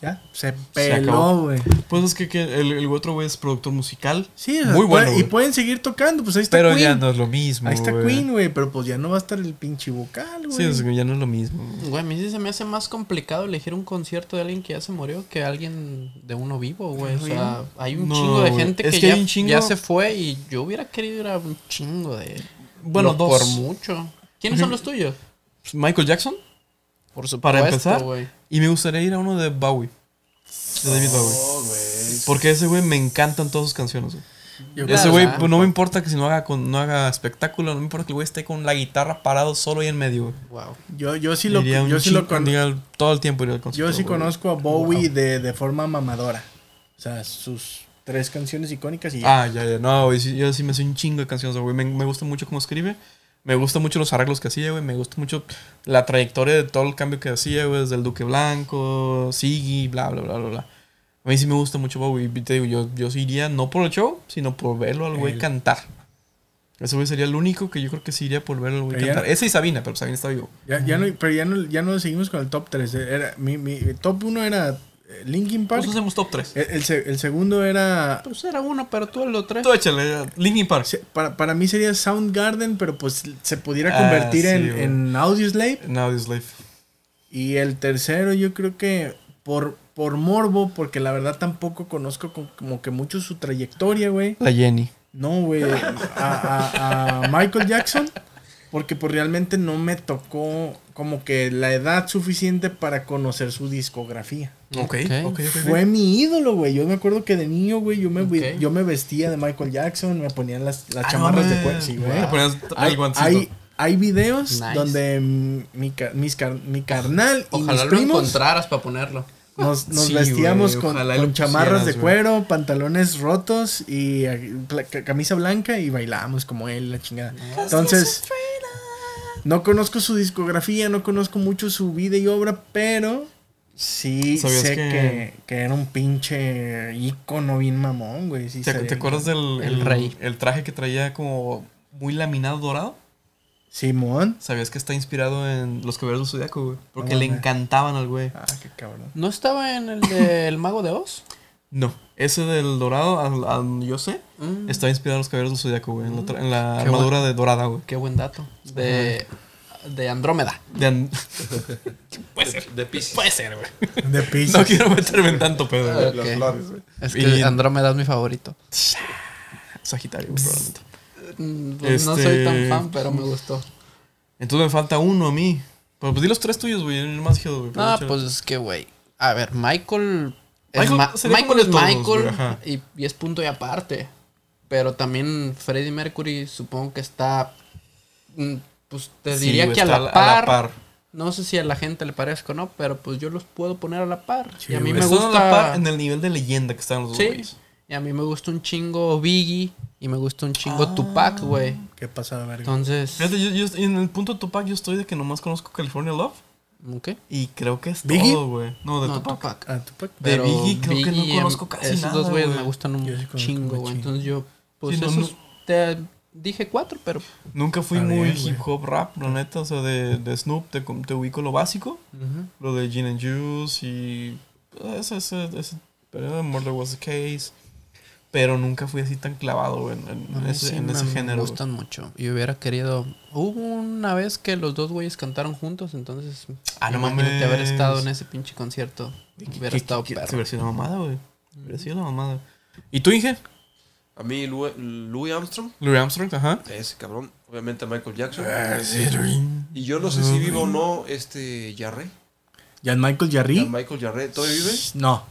A: Ya, se
B: acabó.
A: peló, güey.
B: Pues es que, que el, el otro güey es productor musical.
A: Sí, o sea, puede-
B: Muy bueno,
A: y
B: güey.
A: pueden seguir tocando, pues ahí está
F: Pero
A: Queen.
F: ya no es lo mismo.
A: Ahí está
F: güey.
A: Queen, güey, pero pues ya no va a estar el pinche vocal, güey.
B: Sí, es que ya no es lo mismo. güey.
C: Güey, a mí sí se me hace más complicado elegir un concierto de alguien que ya se murió que alguien de uno vivo, güey. O sea, hay un
B: No,
C: chingo de
B: güey.
C: gente
B: Es
C: que,
B: que hay
C: ya,
B: un chingo-
C: ya se fue y yo hubiera querido ir a un chingo de...
B: Bueno,
C: Pero
B: dos.
C: Por mucho. ¿Quiénes son los tuyos?
B: Pues, Michael Jackson,
C: Por supuesto,
B: para empezar.
C: güey.
B: Y me gustaría ir a uno de Bowie. De David Bowie.
D: No, güey.
B: Porque ese güey me encantan todas sus canciones, güey.
A: Yo creo-
B: Ese
C: Claro,
B: güey,
C: ¿verdad?
B: pues, no me importa que si no haga, con- no haga espectáculo, no me importa que el güey esté con la guitarra parado solo ahí en medio. güey.
C: Wow.
A: Yo, yo sí lo,
B: Iría un
A: yo sí lo
B: chingo-
A: con-
B: iría todo el tiempo iría al concierto.
A: yo sí
B: güey.
A: conozco a Bowie de, de forma mamadora. O sea, sus tres canciones icónicas y ya.
B: Ah, ya, ya. No, güey, sí, yo sí me sé un chingo de canciones, güey. Me, me gusta mucho cómo escribe. Me gusta mucho los arreglos que hacía, güey. Me gusta mucho la trayectoria de todo el cambio que hacía, güey. Desde el Duque Blanco, Siggy, bla, bla, bla, bla, bla. A mí sí me gusta mucho, Bowie. Y Te digo, yo, yo sí iría no por el show, sino por verlo al güey
A: El-
B: cantar. Ese güey sería el único que yo creo que sí iría por verlo al güey
A: Pero ya
B: cantar.
A: no-
B: Ese y Sabina, pero Sabina está vivo.
A: Ya, ya no, pero ya no, ya no seguimos con el top 3. Era, mi, mi top 1 era eh, Linkin Park.
B: Nosotros hacemos top 3.
A: El, el se- el segundo era.
C: Pues era uno, pero tú el otro.
B: Tú échale, ya. Linkin Park.
A: se- Para, para mí sería Soundgarden, pero pues se pudiera
B: Ah,
A: convertir
B: sí,
A: en,
B: güey.
A: en Audioslave.
B: Now this life.
A: Y el tercero, yo creo que por, por morbo, porque la verdad tampoco conozco co- como que mucho su trayectoria, güey.
B: La Jenny.
A: No, güey. A, a- a Michael Jackson. Porque pues realmente no me tocó como que la edad suficiente para conocer su discografía.
B: Ok, ok, ok. ok.
A: Fue mi ídolo, güey. Yo me acuerdo que de niño, güey, yo me, vi-
C: Ok.
A: yo me vestía de Michael Jackson, me ponían las, las
B: Ah,
A: chamarras
B: no,
A: de cuero.
B: mames.
A: Sí, güey.
B: Te ponías el
A: Hay,
B: guantecito.
A: hay- hay videos
C: Nice.
A: donde mm, mi, ca- mis car- mi carnal y
C: Ojalá
A: mis
C: lo
A: primos
C: encontraras para ponerlo.
A: nos, nos
B: Sí,
A: vestíamos
B: güey,
A: con,
B: ojalá
A: con
B: lo
A: chamarras
B: pusieras,
A: de
B: güey.
A: cuero, pantalones rotos y eh, pla- ca- camisa blanca y bailábamos como él, la chingada. Entonces, no conozco su discografía, no conozco mucho su vida y obra, pero sí
B: ¿Sabías
A: sé que...
B: que-
A: que era un pinche ícono bien mamón, güey. sí
B: ¿Te,
A: sé.
B: te acuerdas del
C: El
B: el,
C: rey.
B: el traje que traía como muy laminado dorado?
A: Simón.
B: ¿Sabías que está inspirado en los caballeros del zodiaco, güey? Porque
A: No
B: le
A: mames.
B: encantaban al güey.
A: Ah, qué cabrón.
C: ¿No estaba en el del Mago de Oz?
B: No, ese del dorado, al- al- yo sé,
C: Mm,
B: estaba inspirado en los caballeros del zodiaco, güey. En la, tra- en la
C: Ah, Qué
B: armadura de dorada, güey.
C: Qué buen dato. De, de Andrómeda.
B: De an-
D: De Pisces.
C: Puede ser, güey.
A: De piso.
B: no quiero meterme en tanto pedo, güey.
C: ok.
D: Las flores, güey.
C: Es que
B: Y-
C: Andrómeda es mi favorito.
B: Sagitario, güey, probablemente.
C: Mm, pues No
B: Este-
C: soy tan fan, pero me gustó.
B: Entonces me falta uno a mí. Pero pues di los tres tuyos, güey. El más dije, güey.
C: No,
B: pero
C: pues es que, güey. A ver, Michael. es
B: Michael
C: Ma-
B: sería
C: Michael
B: como
C: es
B: de todos,
C: Michael
B: güey, ajá.
C: y, y es punto y aparte. Pero también Freddie Mercury, supongo que está. mm, Pues te
B: sí,
C: diría
B: güey,
C: que a
B: está
C: la, par, No sé si a la gente le parezca o no, pero pues yo los puedo poner a la par. y a mí me
B: Están
C: gusta.
B: a la par en el nivel de leyenda que están los dos
C: Sí.
B: güeyes.
C: Y a mí me gusta un chingo Biggie y me gusta un chingo Tupac, güey.
A: Qué pasada, verga.
C: Entonces.
B: Ah. Fíjate, yo, yo- en el punto de Tupac yo estoy de que nomás conozco California Love.
C: ¿Qué?
B: Y creo que es
A: ¿Biggie?
B: todo, güey. No, de
C: No,
B: Tupac.
C: Tupac.
A: Ah, Tupac.
B: De
C: Pero
B: Biggie creo que no
C: Biggie, em,
B: conozco casi
C: esos
B: nada,
C: dos güeyes
B: güey.
C: me gustan un
A: Yo sí conozco
C: chingo,
A: un
C: güey.
A: chingo.
C: Entonces yo, pues
B: Sí, no,
C: esos
B: no.
C: te dije cuatro, pero
B: Nunca fui
A: Está
B: muy
A: bien, güey.
B: hip hop rap, la neta. O sea, de, de Snoop te, com- te ubico lo básico. Lo de Gin and Juice y... eh, Ese, ese, ese periodo de Murder Was the Case. Pero nunca fui así tan clavado, güey, en, en
C: a mí
B: ese,
C: sí
B: en
C: me,
B: ese
C: me
B: género. güey.
C: gustan mucho. Y hubiera querido. Hubo una vez que los dos güeyes cantaron juntos, entonces.
B: Ah, no
C: imagínate
B: mames.
C: haber estado en ese pinche concierto. Hubiera
B: ¿Qué-
C: estado
B: qué-
C: perro.
B: Se hubiera sido una mamada, güey. Hubiera sido una mamada. ¿Y tú, Inge?
D: A mí, Louis, Louis Armstrong.
B: Louis Armstrong, ajá. Ah,
D: Ese cabrón. Obviamente Michael Jackson. Y yo no sé si vivo o no este Yarré.
A: Jan Michael Jarry.
D: Michael Yarré. ¿Todavía vive?
A: No.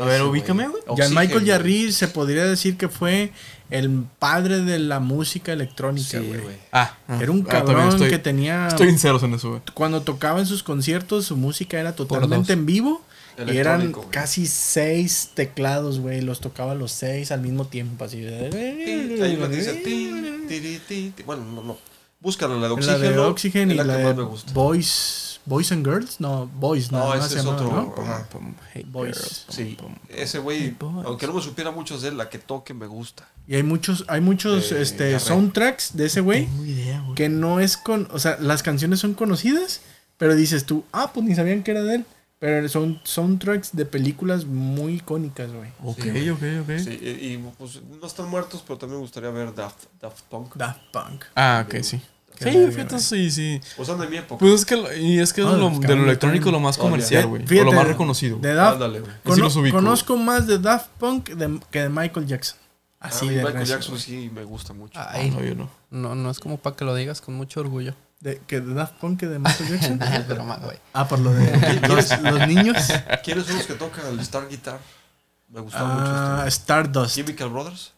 B: A ver, ubícame, güey.
A: Jan Michael
D: Yarré
A: Jarry se podría decir que fue el padre de la música electrónica,
D: Sí,
A: güey.
D: güey.
B: Ah, ah,
A: Era un
B: ah, también
A: cabrón
B: estoy-
A: que tenía.
B: Estoy sinceros en eso, güey.
A: Cuando tocaba en sus conciertos, su música era totalmente en vivo. Y eran
D: Electrónico, güey.
A: casi seis teclados, güey. Los tocaba los seis al mismo tiempo, así. "Eh,
D: Tin, Hay una que dice tin, tiri, tin, tin. Bueno, no, no. Búscala, la de
A: La
D: oxígeno.
A: de Oxygen
D: es
A: y
D: la
A: la
D: que más me
A: de
D: gusta.
A: Boys, Boys and Girls. No, Boys,
D: No,
A: nada más
D: ese
A: se
D: es
A: llamaba,
D: otro.
A: ¿no?
D: Ajá.
B: Pum, hey,
A: Boys.
B: girls, pum,
D: Sí,
B: pum.
D: ese güey,
B: Boys.
D: aunque no me supiera mucho de él, la que toque me gusta.
A: Y hay muchos, hay muchos
D: Eh,
A: este,
D: ya re-
A: soundtracks de ese güey.
B: Tengo idea, güey.
A: que no es con, o sea, las canciones son conocidas, pero dices tú, ah, pues ni sabían que era de él. Pero son soundtracks de películas muy icónicas, güey.
B: Ok,
D: Sí, güey.
B: ok, ok.
D: Sí, y, y, pues no están muertos, pero también me gustaría ver Daft, Daft Punk.
A: Daft Punk.
B: Ah, ok, sí.
A: Qué
B: Sí,
A: verga,
B: fíjate,
A: güey.
B: sí, sí.
D: O sea, de mi época.
B: Pues es que, lo- y es que es
A: No,
B: lo-
A: los
B: de lo
A: cambios
B: electrónico
A: están-
B: lo más
D: Obvio.
B: comercial,
A: Eh,
B: ah, güey. O
A: fíjate,
B: lo más reconocido. güey.
A: De Daft,
D: Ándale, güey.
B: Sí los
A: cono-
B: ubico.
A: conozco más de Daft Punk de- que de Michael Jackson. Así
D: Ah,
A: de
D: Michael
A: recio,
D: Jackson
A: güey.
D: sí me gusta mucho.
B: Ah,
C: Ay,
B: no, yo no.
C: no, no es como para que lo digas con mucho orgullo.
A: De- que de Daft Punk que de Michael Jackson.
C: Nah, es broma, güey.
A: ah, por lo de los,
B: este
A: los niños.
D: ¿Quiénes son los que tocan el Star Guitar? Me gustaba
A: Ah,
D: mucho. este.
A: Stardust.
D: Chemical Brothers.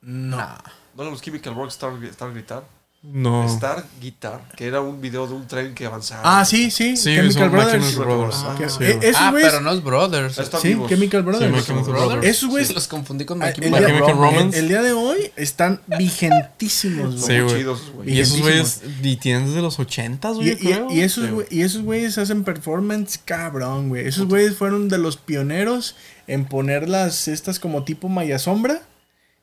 A: No.
C: Nah.
D: ¿No eran los Chemical Brothers Star, Star Guitar?
B: No.
D: Star Guitar, que era un video de un tren que avanzaba.
A: Ah, sí, sí.
B: Sí,
A: Chemical
B: son My
A: Brothers.
B: Chemical Brothers.
D: Ah,
A: Que-
B: sí,
A: eh,
B: güey.
A: esos
C: Ah,
A: güeyes.
C: pero no es Brothers.
D: Están
A: sí,
D: vivos.
A: Chemical Brothers.
B: My
A: güey.
B: Chemical
C: Brothers.
B: Brothers.
A: Esos güeyes.
C: Los confundí con
A: Ah,
C: My
A: el
C: Chemical
A: día-
B: Chemical Romance.
A: El, el día de hoy están vigentísimos, güey.
D: Son
B: Sí,
D: muy
B: güey.
D: chidos, güey.
B: Y esos güeyes
A: Vigentísimos.
B: DTNs de los ochentas,
A: Y,
B: güey,
A: y-
B: creo.
A: y esos
D: Sí,
A: güey-
D: güey.
A: y esos güeyes hacen performance cabrón, güey. Esos güeyes fueron de los pioneros en poner las estas como tipo malla sombra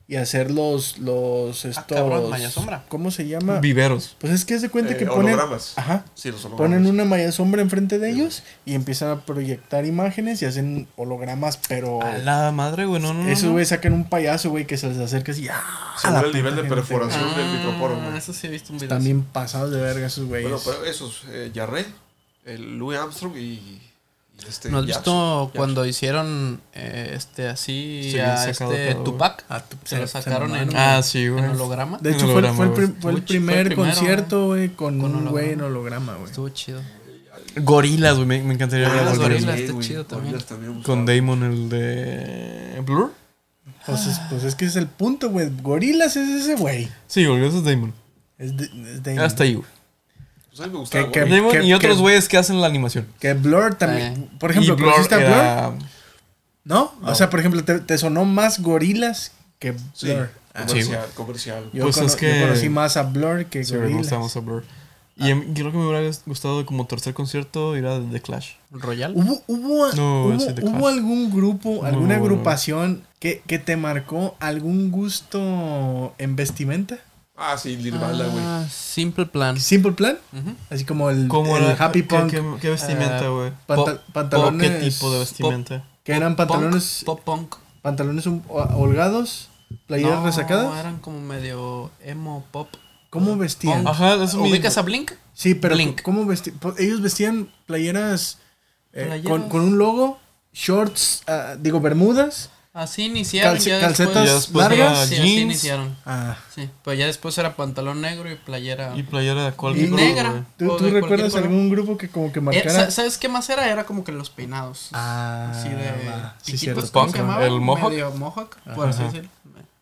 A: y hacer los los estos
C: cabrón, malla sombra.
A: ¿Cómo se llama?
B: Viveros.
A: Pues es que se cuenta
D: Eh,
A: que ponen
D: hologramas.
A: Ajá.
D: Sí, los hologramas.
A: Ponen una malla sombra enfrente de ellos y empiezan a proyectar imágenes y hacen hologramas, pero
B: A la madre, güey, no, no, no.
A: esos
B: no.
A: güeyes sacan un payaso, güey, que se les acerca así. ¡ah!
D: Se
A: la
D: mueve el
A: puta
D: nivel de
A: gente.
D: perforación.
C: Ah,
D: del microporo, güey.
C: Eso sí he visto un video.
A: Están bien pasados de verga esos güeyes.
D: Bueno, pero esos, eh, Jarre, el Louis Armstrong y, y este.
C: ¿No has
D: Jackson,
C: visto
D: Jackson.
C: cuando hicieron eh, este así
B: Sí,
C: a
B: sacado
C: este
B: todo,
C: Tupac?
A: Ah, tú-
C: Se lo sacaron en,
A: mamaron.
B: Ah, sí, güey.
C: en holograma.
A: De
B: En
A: hecho, fue, el-
B: holograma,
A: fue el,
B: güey.
A: prim- fue el
C: Estuvo chi- fue el
A: primer
C: primero,
A: concierto, güey, con,
C: Con
A: un güey en
C: holograma.
A: holograma, güey.
C: Estuvo chido.
B: Gorilas, güey. Me, me encantaría ver
D: Ah,
B: a
C: los
D: los
B: Gorilas.
C: gorilas,
D: sí,
C: está
D: güey,
C: chido también.
D: gorilas me
B: Con
D: gustaba.
B: Damon, el de. Blur.
A: Pues es, pues es que ese es el punto, güey. Gorilas es ese güey.
B: Sí, güey, ese es Damon.
A: Es de- es de-
B: Hasta ahí, güey.
D: Pues a mí me gustaba.
A: Que-
D: güey.
A: que-
B: Damon y otros güeyes que hacen la animación.
A: Que Blur también.
C: Eh.
A: Por ejemplo,
B: y Blur
A: ¿conociste a Blur?
B: era-
A: ¿No? O sea, por ejemplo, te, te sonó más gorilas que Blur.
D: Sí,
A: Ah,
B: Sí,
D: comercial, comercial.
A: yo,
B: Pues
A: cono-
B: es
A: yo
B: que-
A: conocí más a Blur que
B: Sí, me
A: gorilas.
B: gusta más a Blur. Y a mí- creo que me hubiera gustado como tercer concierto ir a The Clash.
C: ¿Royal?
A: ¿Hubo, hubo,
B: No,
A: hubo-
B: sí, The
A: hubo
B: Clash.
A: algún grupo, alguna
B: No, no, no.
A: agrupación que, que te marcó algún gusto en vestimenta?
D: Ah, sí, Lirvana, güey.
C: Ah, Simple Plan.
A: ¿Simple Plan?
C: Ujú.
A: Así como el,
B: ¿Cómo
A: el
B: era?
A: Happy
B: ¿Qué-
A: Punk.
B: ¿Qué, qué vestimenta,
C: Ah,
B: güey?
A: Panta-
B: ¿O
A: pantalones
B: qué tipo de vestimenta?
A: que eran
C: Pop punk,
A: pantalones
C: Pop punk.
A: pantalones un- holgados playeras
C: No,
A: resacadas
C: eran como medio emo pop.
A: cómo vestían
C: Punk.
B: Ajá, es mi...
C: ¿Ubicas a Blink?
A: sí pero
C: Blink.
A: cómo vestían ellos vestían playeras, eh,
C: Playeras.
A: Con, con un logo shorts ah, digo bermudas
C: Así iniciaron.
A: Calce-
C: ya después-
A: calcetas
B: Ya después largas. era
C: Sí, así
B: jeans.
C: iniciaron.
A: ah,
C: Sí, pues ya después era pantalón negro y playera. Eh,
B: Y playera de cuál
A: Y
B: color,
C: Ah. negra.
B: güey?
A: tú,
C: O
A: tú
C: de cualquier
A: recuerdas
C: color.
A: algún grupo que como que
C: Eh,
A: marcara
C: sa- ¿Sabes qué más era? Era como que los peinados.
A: ah
C: así de
A: va, sí,
C: piquitos,
A: cierto.
C: ¿cómo
B: Punk,
C: se
B: ¿no?
C: llamaba?
B: El mohawk.
C: Medio mohawk, por así decirlo.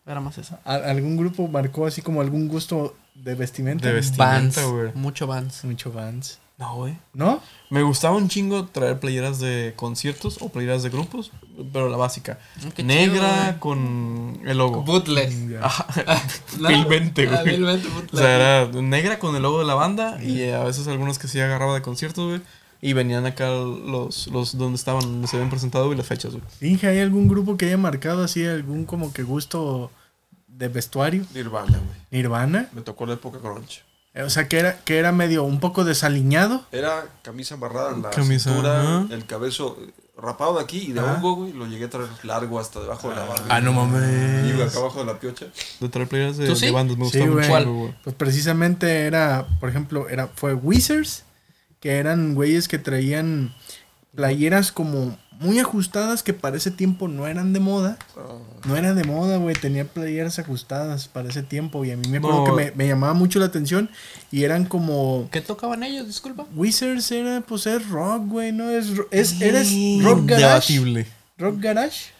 C: Era más eso.
A: Al- algún grupo marcó así como algún gusto de vestimenta
B: De
C: Vans,
B: vestimenta, güey.
C: mucho Vans.
A: mucho Vans
B: No, güey.
A: no
B: Me gustaba un chingo traer playeras de conciertos o playeras de grupos, pero la básica.
C: Mm, qué chido,
B: Negra
C: güey.
B: con el logo.
C: Bootleg.
A: Ya.
B: Ajá.
C: Ah, ¿No?
B: Vilmente,
C: Ah,
B: güey.
C: vilmente bootleg.
B: O sea, era negra con el logo de la banda y eh, a veces algunos que sí agarraba de conciertos, güey. Y venían acá los, los donde estaban, donde se habían presentado y las fechas, güey.
A: Inge, ¿hay algún grupo que haya marcado así algún como que gusto de vestuario?
D: Nirvana, güey.
A: Nirvana.
D: Me tocó la época grunge.
A: Eh, O sea, que era, que era medio un poco desaliñado.
D: Era camisa amarrada en la
B: Camisa,
D: cintura,
B: ajá.
D: el cabello eh, rapado de aquí y de
A: Ajá.
D: hongo, güey. Lo llegué a traer largo hasta debajo de la barba.
A: mames.
D: Y güey, acá abajo de la piocha.
B: De traer playeras de,
C: ¿Tú
B: de
C: sí?
B: bandas me
A: Sí,
B: gustaba
A: güey.
B: mucho, güey.
A: Pues precisamente era, por ejemplo, era fue Wizards, que eran güeyes que traían playeras como muy ajustadas que para ese tiempo no eran de moda.
D: Ah,
A: No era de moda, güey. Tenía playeras ajustadas para ese tiempo. Y a mí me acuerdo
B: No.
A: que me, me llamaba mucho la atención. Y eran como.
C: ¿Qué tocaban ellos? Disculpa.
A: Wizards era, pues es rock, güey, ¿no? Es, ro- es,
B: era
A: eres rock garage.
B: Debatible.
A: Rock garage.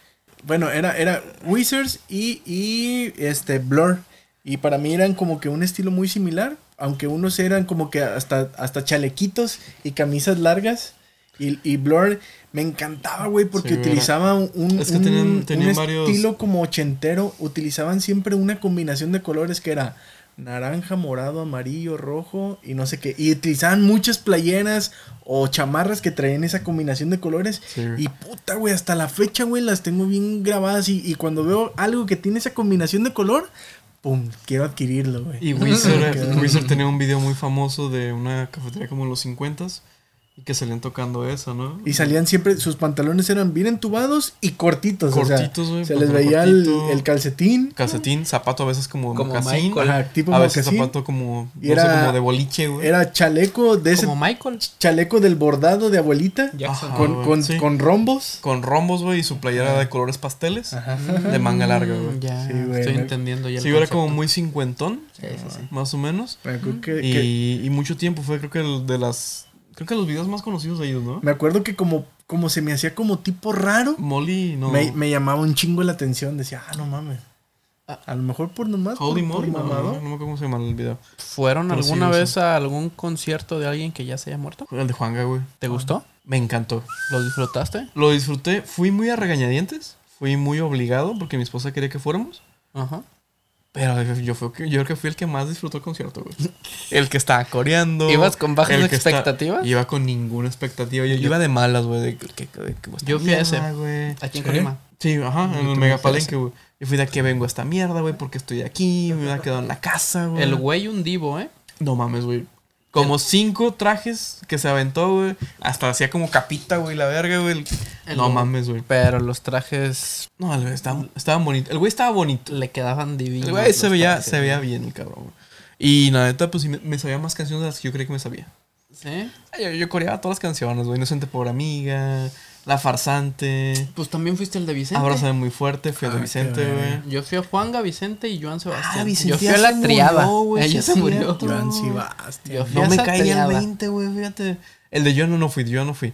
A: Bueno, era, era Wizards y, y este Blur. Y para mí eran como que un estilo muy similar. Aunque unos eran como que hasta, hasta chalequitos y camisas largas. Y, y Blur me encantaba, güey, porque
B: Sí, güey,
A: utilizaba un, un-
B: Es que tenían-
A: un- un
B: tenían varios-
A: estilo como ochentero. Utilizaban siempre una combinación de colores que era naranja, morado, amarillo, rojo y no sé qué. Y utilizaban muchas playeras o chamarras que traían esa combinación de colores.
B: Sí, güey.
A: Y puta, güey, hasta la fecha, güey, las tengo bien grabadas. Y, y cuando veo algo que tiene esa combinación de color, pum, quiero adquirirlo, güey.
B: Y Wizard,
A: Quedó-
B: Wizard tenía un video muy famoso de una cafetería como en los 50s Y que salían tocando eso, ¿no?
A: Y salían siempre, sus pantalones eran bien entubados y cortitos.
B: Cortitos,
A: o sea,
B: güey,
A: se
B: pantalón
A: les veía el,
B: cortito.
A: el calcetín.
B: Calcetín, zapato a veces como,
C: Como
B: mocasín.
C: Michael.
A: Ajá, tipo
B: a veces
A: mocasín.
B: zapato como,
A: Y
B: no sé,
A: era-
B: como de boliche, güey.
A: Era chaleco de ese
C: Como Michael
A: chaleco del bordado de abuelita.
C: Jackson.
B: Ajá.
A: Con,
B: güey,
A: con,
B: sí.
A: con rombos.
B: Con rombos, güey, y su playera de colores pasteles.
A: Ajá.
B: De manga larga, güey.
C: Mm, Ya,
A: Sí, güey,
C: estoy
A: ¿no?
C: entendiendo ya. el
B: Sí, era
C: concepto.
B: como muy cincuentón,
C: Sí, sí, sí.
B: más o menos.
A: Me acuerdo que- que-
B: Y, y mucho tiempo fue, creo que el de las. Creo que los videos más conocidos de ellos, ¿no?
A: me acuerdo que como, como se me hacía como tipo raro,
B: Molly, no.
A: me, me llamaba un chingo la atención. Decía, ah, no mames. A lo mejor por nomás.
B: Holy
A: por- por
B: Molly, no, no, no
A: mamado.
B: me acuerdo cómo se llama el video.
C: ¿Fueron
B: Pero
C: alguna
B: sí,
C: vez a algún concierto de alguien que ya se haya muerto?
B: El de Juanga, güey.
C: ¿Te gustó?
B: Me encantó.
C: ¿Lo disfrutaste?
B: Lo disfruté. Fui muy a regañadientes. Fui muy obligado porque mi esposa quería que fuéramos.
C: Ajá.
B: Pero yo, fui, yo creo que fui el que más disfrutó el concierto, güey. El que estaba coreando.
C: ¿Ibas con bajas
B: el que está-
C: expectativas?
B: Iba con ninguna expectativa. Yo, yo iba de malas, güey. de que- que- que- que-
C: Yo fui a ese.
B: Ah, güey.
C: Aquí
A: ¿Sí?
C: en Colima.
B: Sí, ajá, en el megapalenque, güey. Yo fui de aquí vengo a esta mierda, güey, porque estoy aquí, me hubiera quedado en la casa, güey.
C: El güey un divo, ¿eh?
B: No mames, güey. Como cinco trajes que se aventó, güey. Hasta hacía como capita, güey, la verga, güey.
C: El
B: No
C: güey.
B: mames, güey.
C: Pero los trajes
B: No, el güey estaba, estaba bonito. El güey estaba bonito.
C: le quedaban divinos.
B: El güey se
C: los
B: veía,
C: trajes,
B: se veía bien, el cabrón, güey. Y la neta, pues sí, me, me sabía más canciones de las que yo creía que me sabía.
C: ¿Sí?
B: Ay, Yo, yo coreaba todas las canciones, güey. Inocente por amiga, La farsante,
C: Pues también fuiste el de Vicente.
B: Abrázame muy fuerte, fui de
A: Ah,
B: Vicente,
A: qué
B: güey.
C: Yo fui a Juanga, Vicente y Joan Sebastián.
B: Ah, Vicente
C: Yo fui
B: ya
C: a la
B: se
C: triada.
B: murió, güey,
C: Ella
B: sí
C: se
B: es
C: murió.
B: cierto.
A: Joan
C: Yo
A: Sebastián.
C: fui
B: No
C: a
B: me
C: esa
B: caía el
C: triada.
B: 20, güey, fíjate. El de yo no, no fui, yo no fui.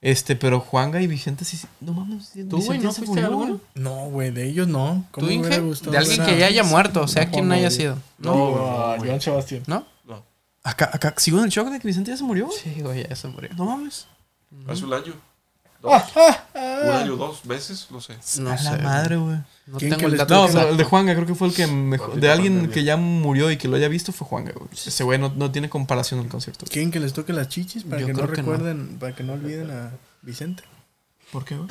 B: Este, pero Juanga y Vicente sí. sí- No mames,
C: ¿Tú, güey, no fuiste a alguno?
A: No, güey, de ellos no. ¿Cómo
C: ¿Tú,
A: me hubiera
C: Inge?
A: gustado
C: De alguien
A: ver
C: que
A: a-
C: ya haya muerto, o sea,
A: No,
C: quien haya
A: güey.
C: sido.
A: No, a Joan Sebastián.
C: ¿No?
B: Acá, acá, sigo en el shock de que Vicente ya se murió, güey.
C: Sí, güey, ya se murió.
B: No mames.
D: Hace un año. Dos. Un año, dos meses, no sé.
C: No
B: a la
C: sé,
B: madre, güey.
C: No
A: ¿Quién
C: tengo
A: que
C: el
A: les
C: dato.
B: No,
A: Creo que
B: pero
C: exacto.
B: el de Juanga creo que fue el que mejor.
D: Ahorita
B: De alguien
D: pandemia.
B: que ya murió y que lo haya visto fue Juanga, güey. Ese güey no, no tiene comparación al concierto. güey.
A: ¿Quieren que les toque las chichis para
C: Yo
A: que no
C: creo que no.
A: recuerden, para que no olviden a Vicente?
B: ¿Por qué, güey?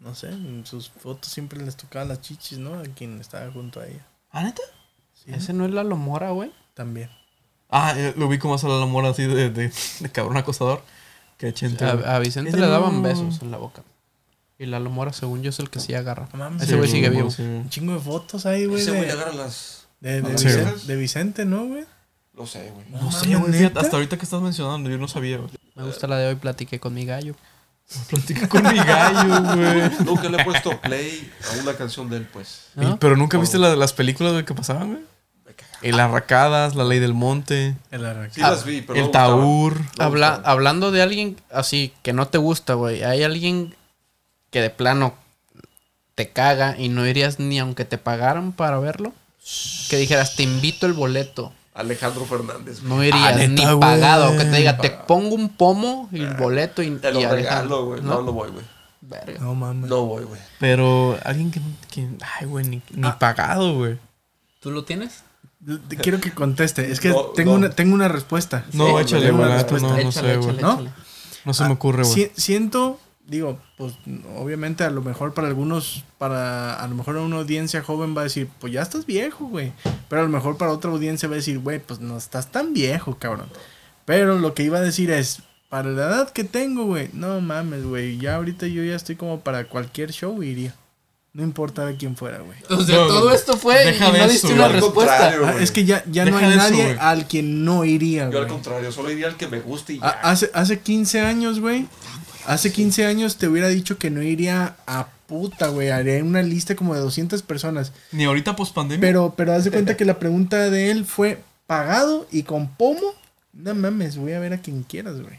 A: No sé, en sus fotos siempre les tocaba las chichis, ¿no? A quien estaba junto a ella.
B: ¿Ah, neta?
A: Sí,
C: Ese no es la Lomora, güey.
A: también.
B: Ah, eh, lo vi como hace la mora así de, de, de cabrón acosador. Que chente. güey.
C: A, a Vicente
B: Ese
C: le
B: no.
C: daban besos en la boca. Y la Lomora, según yo, es el que sí agarra.
A: No mames,
C: Ese güey
B: Sí,
C: sigue
B: güey,
C: vivo.
B: sí, güey.
A: Un chingo de fotos ahí, güey.
D: Ese
A: De,
D: güey agarra las.
A: de- de
D: Ah,
B: sí,
A: Vicen-
D: güey.
A: de Vicente, ¿no, güey?
D: No sé, güey.
A: No,
B: No sé,
A: mames,
B: güey. fíjate,
A: ¿neta?
B: Hasta ahorita que estás mencionando, yo no sabía, güey.
C: Me gusta la de hoy, platiqué con mi gallo.
B: Platica con mi gallo, güey.
D: Nunca le he puesto play a una canción de él, pues.
C: ¿No?
B: Y- Pero nunca viste la- las películas güey, que pasaban, güey. El Arracadas, La Ley del Monte,
A: Ah, El
D: Sí
A: arrancado.
D: las vi, pero. no
B: El
D: me gustaban.
B: Taur.
D: No me
C: Habla,
D: gustaban.
C: hablando de alguien así que no te gusta, güey. Hay alguien que de plano te caga y no irías ni aunque te pagaran para verlo. Que dijeras, te invito el boleto.
D: Alejandro Fernández. güey.
C: No irías
B: Ah,
C: ni
B: neta, güey. Ah,
C: pagado. Que te diga, te pongo un pomo y el boleto y.
D: Te lo
C: y
D: regalo,
C: Alejandro".
D: güey.
C: No,
D: No, no voy, güey.
C: verga.
A: No mames.
D: No voy, güey.
B: Pero alguien que. que- ay, güey, ni, ni pagado, güey.
C: ¿Tú lo tienes?
A: L- Quiero que conteste. Es que
D: No,
A: tengo,
D: no.
A: Una, tengo una respuesta.
B: No,
D: Sí,
B: échale,
A: tengo
B: güey.
A: una
B: la neta, No,
A: respuesta.
B: no
C: Échale,
B: sé, güey.
C: échale,
A: ¿no?
C: échale.
B: No se me ocurre, güey.
A: Ah, Si- siento, digo, pues obviamente a lo mejor para algunos, para a lo mejor una audiencia joven va a decir, pues ya estás viejo, güey. Pero a lo mejor para otra audiencia va a decir, güey, pues no estás tan viejo, cabrón. Pero lo que iba a decir es, para la edad que tengo, güey, no mames, güey, ya ahorita yo ya estoy como para cualquier show iría. No importa de quién fuera, güey.
C: O sea,
B: No,
C: todo
B: güey.
C: esto fue y
B: Deja de
C: no
B: eso,
C: diste
B: güey.
C: una
D: Al
C: respuesta.
D: contrario,
A: Ah,
D: güey.
A: es que ya, ya no
B: Deja
A: hay
B: de eso,
A: nadie
B: güey.
A: al que no iría,
D: Yo al
A: güey.
D: contrario, solo iría al que me guste y ya.
A: A- Hace, hace 15 años, güey. Hace 15 años te hubiera dicho que no iría a puta, güey. Haría una lista como de 200 personas.
B: Ni ahorita pospandemia.
A: Pero, pero haz de cuenta que la pregunta de él fue: ¿pagado y con pomo? No mames, voy a ver a quien quieras, güey.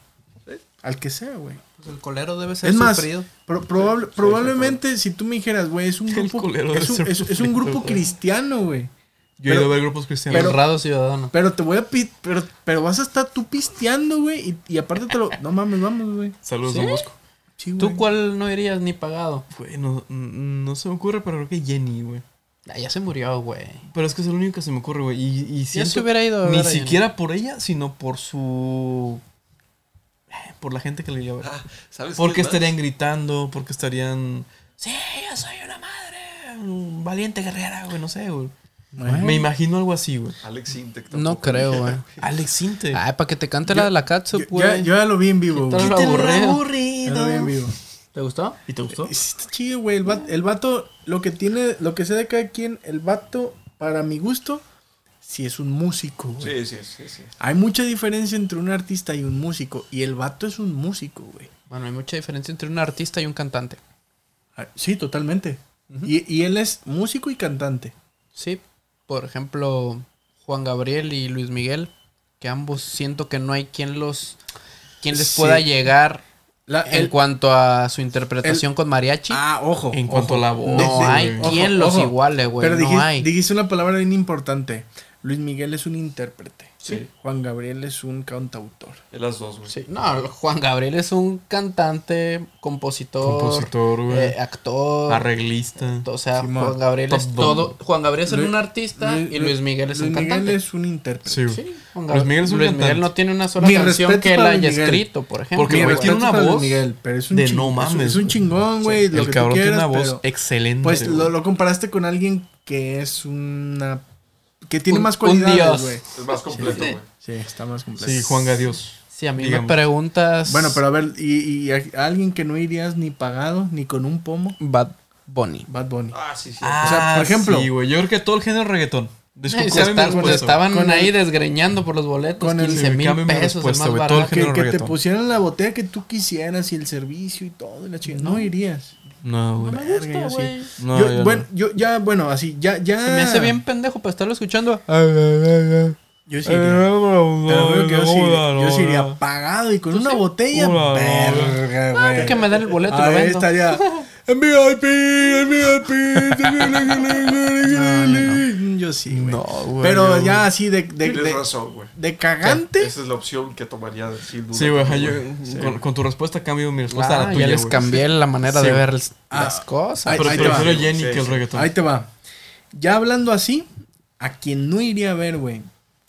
A: Al que sea, güey.
C: Pues el colero debe ser
A: Es más,
C: sufrido.
A: pro- probable- probablemente si tú me dijeras, güey, es un
B: El
A: grupo,
B: culero de
A: es un,
B: ser
A: es- es un
B: sufrido,
A: grupo
B: güey.
A: cristiano, güey.
B: Yo he ido a
A: pero-
B: ver grupos cristianos.
A: pero-
C: Honrado ciudadano.
A: Pero te voy a pi- pero, pero vas a estar tú pisteando, güey. Y, y aparte te lo. No mames, vamos, güey.
B: Saludos, don Bosco.
A: Sí, güey.
C: ¿Tú cuál no irías ni pagado?
B: Güey, no, mm, no se me ocurre, pero creo que Jenny, güey.
C: Ah, ya se murió, güey.
B: Pero es que es el único que se me ocurre, güey. Y, y
C: Ya
B: siento-
C: se hubiera ido a ver
B: Ni
C: a Jenny.
B: siquiera por ella, sino por su. eh, Por la gente que le iba a ver.
D: Ah, ¿Sabes
B: Porque este
D: quién más?
B: estarían gritando, porque estarían. Sí, yo soy una madre. un Valiente guerrera, güey, no sé, güey. Me imagino algo así, güey.
D: Alex Intec.
C: No creo, güey.
B: Alex Sinte.
C: Ay, para que te cante la de la
A: Yo,
C: Katsup,
A: ya,
C: güey.
A: yo ya lo vi en vivo,
C: Quítalo
A: güey.
C: la- aburrido.
A: Ya lo vi en vivo. Eh,
C: ¿Te gustó?
B: ¿Y te gustó?
A: Está chido, güey. El, va- el vato, lo que tiene, lo que sé de cada quien, el vato, para mi gusto, sí es un músico, güey.
D: Sí, sí, sí, sí.
A: Hay mucha diferencia entre un artista y un músico. Y el vato es un músico, güey.
C: Bueno, hay mucha diferencia entre un artista y un cantante.
A: Ah, Sí, totalmente. y, y él es músico y cantante.
C: Sí, por ejemplo, Juan Gabriel y Luis Miguel, que ambos siento que no hay quien los quien les
A: Sí.
C: pueda llegar
A: La-
C: en
A: el-
C: cuanto a su interpretación con mariachi.
A: ah, ojo.
B: En cuanto a la voz.
C: No
B: güey.
C: hay. ¿Quién los iguale, güey?
A: Pero
C: No
A: dijiste,
C: hay.
A: dijiste una palabra bien importante. Luis Miguel es un intérprete.
D: Sí.
A: Juan Gabriel es un cantautor.
D: Es las dos, güey.
C: Sí, No, Juan Gabriel es un cantante, compositor,
B: Compositor, güey.
C: eh, actor.
B: Arreglista.
C: O sea,
A: Simón.
C: Juan Gabriel es
B: Todo.
C: todo. Juan Gabriel es
A: Lu-
C: un artista
A: Lu-
C: y Luis Miguel es un
A: Luis
C: cantante.
A: Miguel es un intérprete.
B: Sí, güey.
C: Sí, Juan
B: Luis
C: Gabriel-
B: Miguel es un
C: Luis
B: cantante.
C: Miguel no tiene una sola
A: Mi
C: canción
A: respeto
C: que él
A: para
C: haya
A: Luis Miguel.
C: escrito, por ejemplo.
B: Porque,
A: Mi
B: güey, tiene
A: respeto
B: una
A: para Luis
B: voz
A: Miguel, pero es un
B: de
A: ching-
B: no
A: es un-
B: mames,
A: Es un
B: güey.
A: chingón, güey. lo
B: el
A: que tú
B: cabrón tiene
A: quieras,
B: una voz
A: pero-
B: excelente.
A: Pues
B: güey.
A: lo, lo comparaste con alguien que es una. que tiene
C: Un-
A: más
C: un
A: cualidades,
C: dios.
A: güey.
D: Es más completo, güey.
A: Sí, está más completo.
B: Sí, Juan Gadios.
C: Si a mí
B: digamos.
C: me preguntas.
A: Bueno, pero a ver, y, y a, a alguien que no irías ni pagado, ni con un pomo,
C: Bad Bunny.
A: Bad Bunny.
D: Ah, sí, sí.
A: O sea, por ejemplo-
B: Sí, güey. Yo creo que todo el género reggaetón.
C: Se,
B: Disculpa,
C: está-
B: cámbiame mi
C: se
B: respuesta,
C: pues, estaban
A: Con
C: ahí
A: el-
C: desgreñando por los boletos.
A: con el-
C: 15
B: cámbiame
C: mil
B: mi
C: pesos, el
B: respuesta,
C: más
B: güey, todo el
C: barato.
A: que,
B: género
A: que te
B: reggaetón.
A: pusieran la botella que tú quisieras y el servicio y todo, y la chingada. No irías.
B: güey. No, güey.
A: Verga, yo sí. Ah.
B: No,
A: Yo-
B: yo no.
A: bueno, yo ya, bueno, así, ya, ya.
C: Se me hace bien pendejo para estarlo escuchando.
A: Yo sí iría. Te
B: Eh,
A: lo juro que yo sí, yo sí iría pagado y con una botella.
B: Hola,
A: Verga, güey.
C: Que me den el boleto y lo
A: Ahí
C: vendo.
A: estaría. "En VIP, en VIP, Yo sí, güey. Pero ya así de, de,
D: Tienes
A: de,
D: razón, güey.
A: de cagante.
D: Esa es la opción que tomaría, sin duda.
B: Sí, güey. ajá, yo-
D: Sí.
B: con, con tu respuesta cambio mi respuesta a
C: Ah,
B: la
C: ya
B: tuya.
C: les
B: güey.
C: cambié la manera
B: Sí.
C: de ver las-
A: Ah,
C: las cosas.
A: ay,
B: Pero
A: Ahí te va.
B: prefiero Jenny
D: Sí,
B: que el
D: sí.
B: reggaetón.
A: Ahí te va. Ya hablando así, a quien no iría a ver, güey.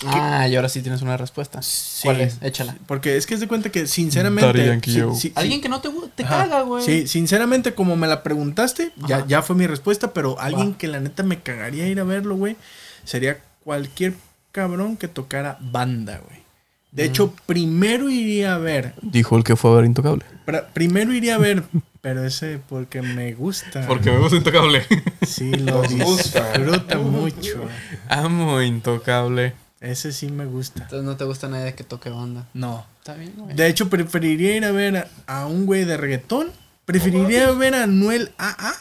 C: ah, y ahora sí tienes una respuesta.
A: Sí.
C: ¿Cuál es? Échala.
A: Porque es que es de cuenta que,
B: Daddy
A: sinceramente.
B: Yankee
A: si-
B: Joe.
A: si-
C: Alguien que no te, gu- te
A: Ajá.
C: caga, güey.
A: Sí, sinceramente, como me la preguntaste, ya, ya fue mi respuesta, pero alguien que la neta me cagaría ir a verlo, güey, sería cualquier cabrón que tocara banda, güey.
C: Mm.
A: De hecho, primero iría a ver,
B: Dijo el que fue a ver Intocable.
A: pra- primero iría a ver, pero ese porque me gusta.
B: Porque me gusta Intocable.
A: Sí, lo
D: Nos gusta.
A: disfruta mucho.
B: Amo Intocable.
A: Ese sí me gusta.
C: Entonces no te gusta nadie que toque banda.
A: No.
C: Está bien, güey.
A: De hecho, preferiría ir a ver a, a un güey de reggaetón. Preferiría ver a Noel AA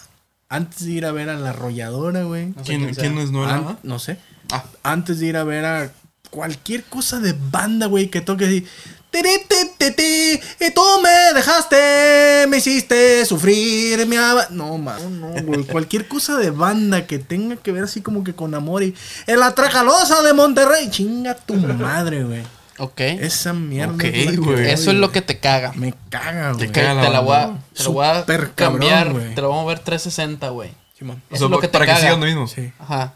A: antes de ir a ver a la arrolladora, güey.
C: No sé
B: ¿Quién,
C: quién sea.
B: quién es Noel?
A: An-
B: Ajá.
A: no sé.
B: Ah.
A: Antes de ir a ver a cualquier cosa de banda, güey, que toque así. "Tere, te, te, te, y tú me dejaste, me hiciste sufrir, me aba-". No, más, no, güey. Cualquier cosa de banda que tenga que ver así como que con amor y. En la tracalosa de Monterrey. Chinga tu madre, güey.
C: Ok.
A: Esa mierda.
B: Ok,
A: la que
B: güey.
A: odio,
C: Eso es lo que te caga.
A: Me caga, güey.
C: Ok,
B: caga la
C: te la voy
B: banda.
C: a, te la voy a
A: Súper cabrón,
C: cambiar.
A: güey.
C: te la vamos a ver 360, güey.
A: Simón.
C: Eso es lo que te
B: para que
C: caga.
B: sigan lo mismo.
A: Sí.
C: Ajá.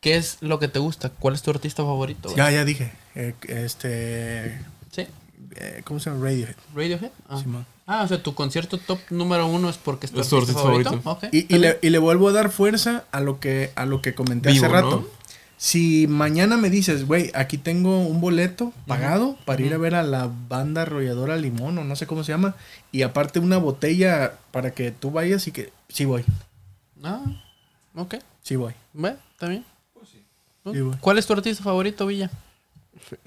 C: ¿Qué es lo que te gusta? ¿Cuál es tu artista favorito? güey?
A: Ya, ya dije. Eh, este.
C: ¿Sí?
A: eh, ¿Cómo se llama? Radiohead.
C: ¿Radiohead? Ah.
A: Simón.
C: Ah, o sea, tu concierto top número uno es porque es tu
B: Es tu
C: artista,
B: artista
C: favorito.
B: favorito.
C: Ok.
A: Y, y le, y le vuelvo a dar fuerza a lo que, a lo que comenté
B: Vivo,
A: hace rato.
B: ¿no?
A: Si mañana me dices, güey, aquí tengo un boleto pagado para ir a ver a la banda arrolladora Limón o no sé cómo se llama, y aparte una botella para que tú vayas y que sí voy,
C: Ah, ok.
A: sí voy.
C: Bueno, está bien.
A: Pues Sí, güey.
C: ¿Cuál es tu artista favorito, Villa?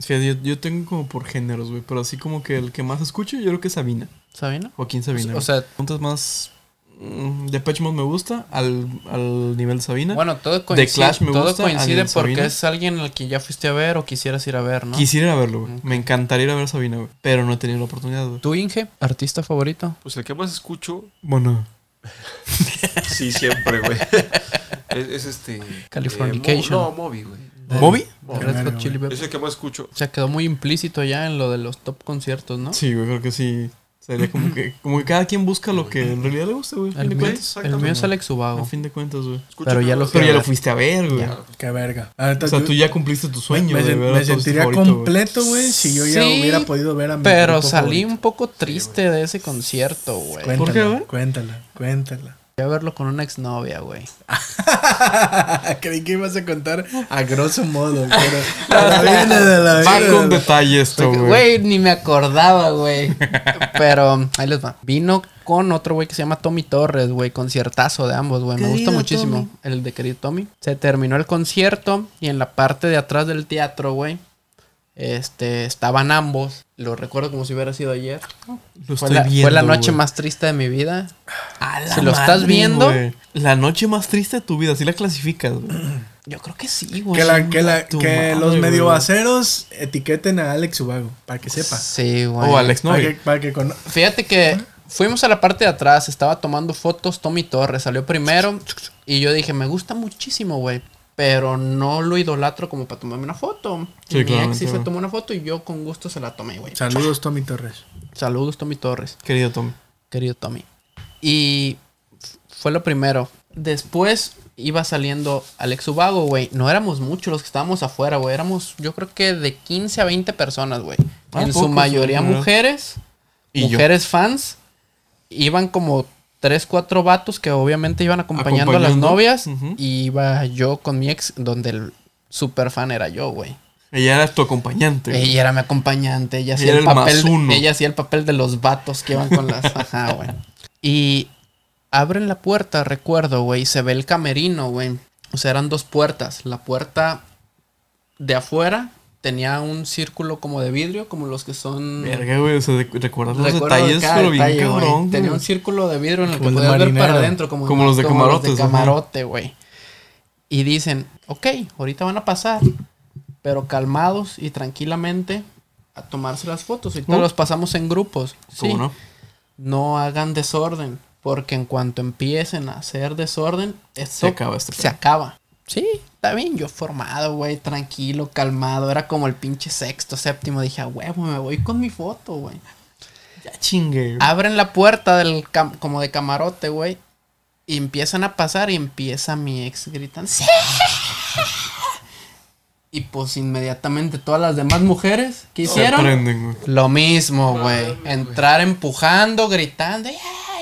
B: Fíjate, yo, yo tengo como por géneros, güey. Pero así como que el que más escucho, yo creo que es Sabina.
C: ¿Sabina?
B: Joaquín Sabina.
C: O
B: güey.
C: sea,
B: preguntas más. mm, De Pech Mode me gusta al, al nivel Sabina.
C: bueno, todo coincide,
B: Clash me
C: todo
B: gusta,
C: coincide
B: Ángel
C: porque
B: Sabina.
C: es alguien al que ya fuiste a ver o quisieras ir a ver, ¿no?
B: Quisiera ir a verlo, güey. Me encantaría ir a ver a Sabina, güey. Pero no he tenido la oportunidad, güey.
C: ¿Tú, Inge, artista favorito?
D: Pues el que más escucho,
B: Bueno.
D: sí, siempre, güey. es, es este.
C: Californication.
D: eh, Mo- no, Moby, güey.
B: ¿Moby?
C: Red Hot Chili Peppers.
D: Es el que más escucho.
C: O sea, quedó muy implícito ya en lo de los top conciertos, ¿no?
B: Sí, güey, creo que sí. Sería como que, como que cada quien busca lo que en realidad le gusta, güey. A fin de
C: El mío,
B: cuentas.
C: el mío es Alex
B: A
C: Ubago.
B: fin de cuentas, güey.
D: Escucho
C: Pero ya
D: todo
C: lo
D: eso.
B: Pero ya
C: Claro.
B: lo fuiste a ver, güey.
A: Qué verga. La neta,
B: O sea,
A: yo
B: tú ya cumpliste tu sueño,
A: me,
B: güey. de
A: sen-
B: ver
A: me
B: a tu artista
A: sentiría
B: favorito, güey.
A: completo, güey, si yo ya
C: Sí,
A: hubiera podido ver a mi
C: Pero
A: grupo
C: salí
A: favorito.
C: un poco triste de ese concierto, güey.
A: Cuéntala,
B: ¿Por qué, güey?
A: cuéntala, cuéntala.
C: a verlo con una exnovia, güey.
A: Creí que ibas a contar a grosso modo, pero. a la vida de la
B: Va
A: vida
B: con
A: de la-
B: detalle esto, güey.
C: Güey, ni me acordaba, güey. Pero ahí les va. Vino con otro güey que se llama Tommy Torres, güey. Conciertazo de ambos, güey. Me gusta muchísimo el de querido Tommy. Se terminó el concierto y en la parte de atrás del teatro, güey. Este, estaban ambos. Lo recuerdo como si hubiera sido ayer.
B: Lo
C: Fue
B: estoy
C: la, fue la
B: viendo,
C: noche
B: güey.
C: más triste de mi vida.
B: A la
C: si lo estás
B: madre,
C: viendo-
B: güey. La noche más triste de tu vida, así la clasificas, güey.
C: Yo creo que sí, güey.
A: Que, la- que, la-
B: A tu
A: que
B: madre,
A: los
B: güey.
A: medio aceros etiqueten a Alex Ubago, para que sepa.
C: Sí, güey.
B: O Alex, no,
A: para, que, para que cono-
C: Fíjate que fuimos a la parte de atrás, estaba tomando fotos Tommy Torres, salió primero y yo dije, me gusta muchísimo, güey, pero no lo idolatro como para tomarme una foto.
B: Sí,
C: Y mi ex
B: claramente,
C: sí se
B: güey.
C: tomó una foto y yo con gusto se la tomé, güey.
A: Saludos, Tommy Torres.
C: Saludos Tommy Torres,
B: querido Tom.
C: querido Tommy. Y f- fue lo primero. Después iba saliendo Alex Ubago, güey. No éramos muchos los que estábamos afuera, güey. Éramos yo creo que de 15 a 20 personas, güey.
B: Ah,
C: en su
B: pocos,
C: mayoría
B: la verdad.
C: mujeres
B: Y yo.
C: mujeres fans iban como tres, cuatro vatos que obviamente iban acompañando, a las
B: Acompañando,
C: novias.
B: ujú.
C: Y iba yo con mi ex, donde el super fan era yo, güey.
B: Ella era tu acompañante. güey.
C: Ella era mi acompañante, ella hacía
B: Era
C: el
B: el más
C: papel. de-
B: uno.
C: ella hacía el papel de los vatos que iban con las. Ajá, güey. Y abren la puerta, recuerdo, güey. y Se ve el camerino, güey. O sea, eran dos puertas. La puerta de afuera tenía un círculo como de vidrio, como los que son.
B: Verga, güey, o sea, de- recuerdas los
C: Recuerdo
B: detalles,
C: cada
B: pero bien
C: detalle, güey.
B: cabrón.
C: Tenía
B: güey.
C: un círculo de vidrio en el
A: Como el
C: que
A: de
C: podías ver para
A: marinero.
C: adentro, como,
B: Como los de camarotes, ajá.
C: camarote, güey. Y dicen, ok, ahorita van a pasar, pero calmados y tranquilamente a tomarse las fotos. Y todos
B: ¿Mm?
C: los pasamos en grupos.
B: ¿Cómo
C: Sí,
B: no?
C: no hagan desorden, porque en cuanto empiecen a hacer desorden, esto
B: Se acaba este
C: se
B: pedo.
C: acaba. Sí, está bien, yo formado, güey, tranquilo, calmado, era como el pinche sexto, séptimo, dije, a huevo, me voy con mi foto, güey.
B: Ya chingue.
C: Abren la puerta del cam- como de camarote, güey. Y empiezan a pasar y empieza mi ex gritando. "¡Sí!". Y pues inmediatamente todas las demás mujeres que
B: se
C: hicieron
B: prenden, güey.
C: lo mismo, güey. Entrar empujando, gritando, ya,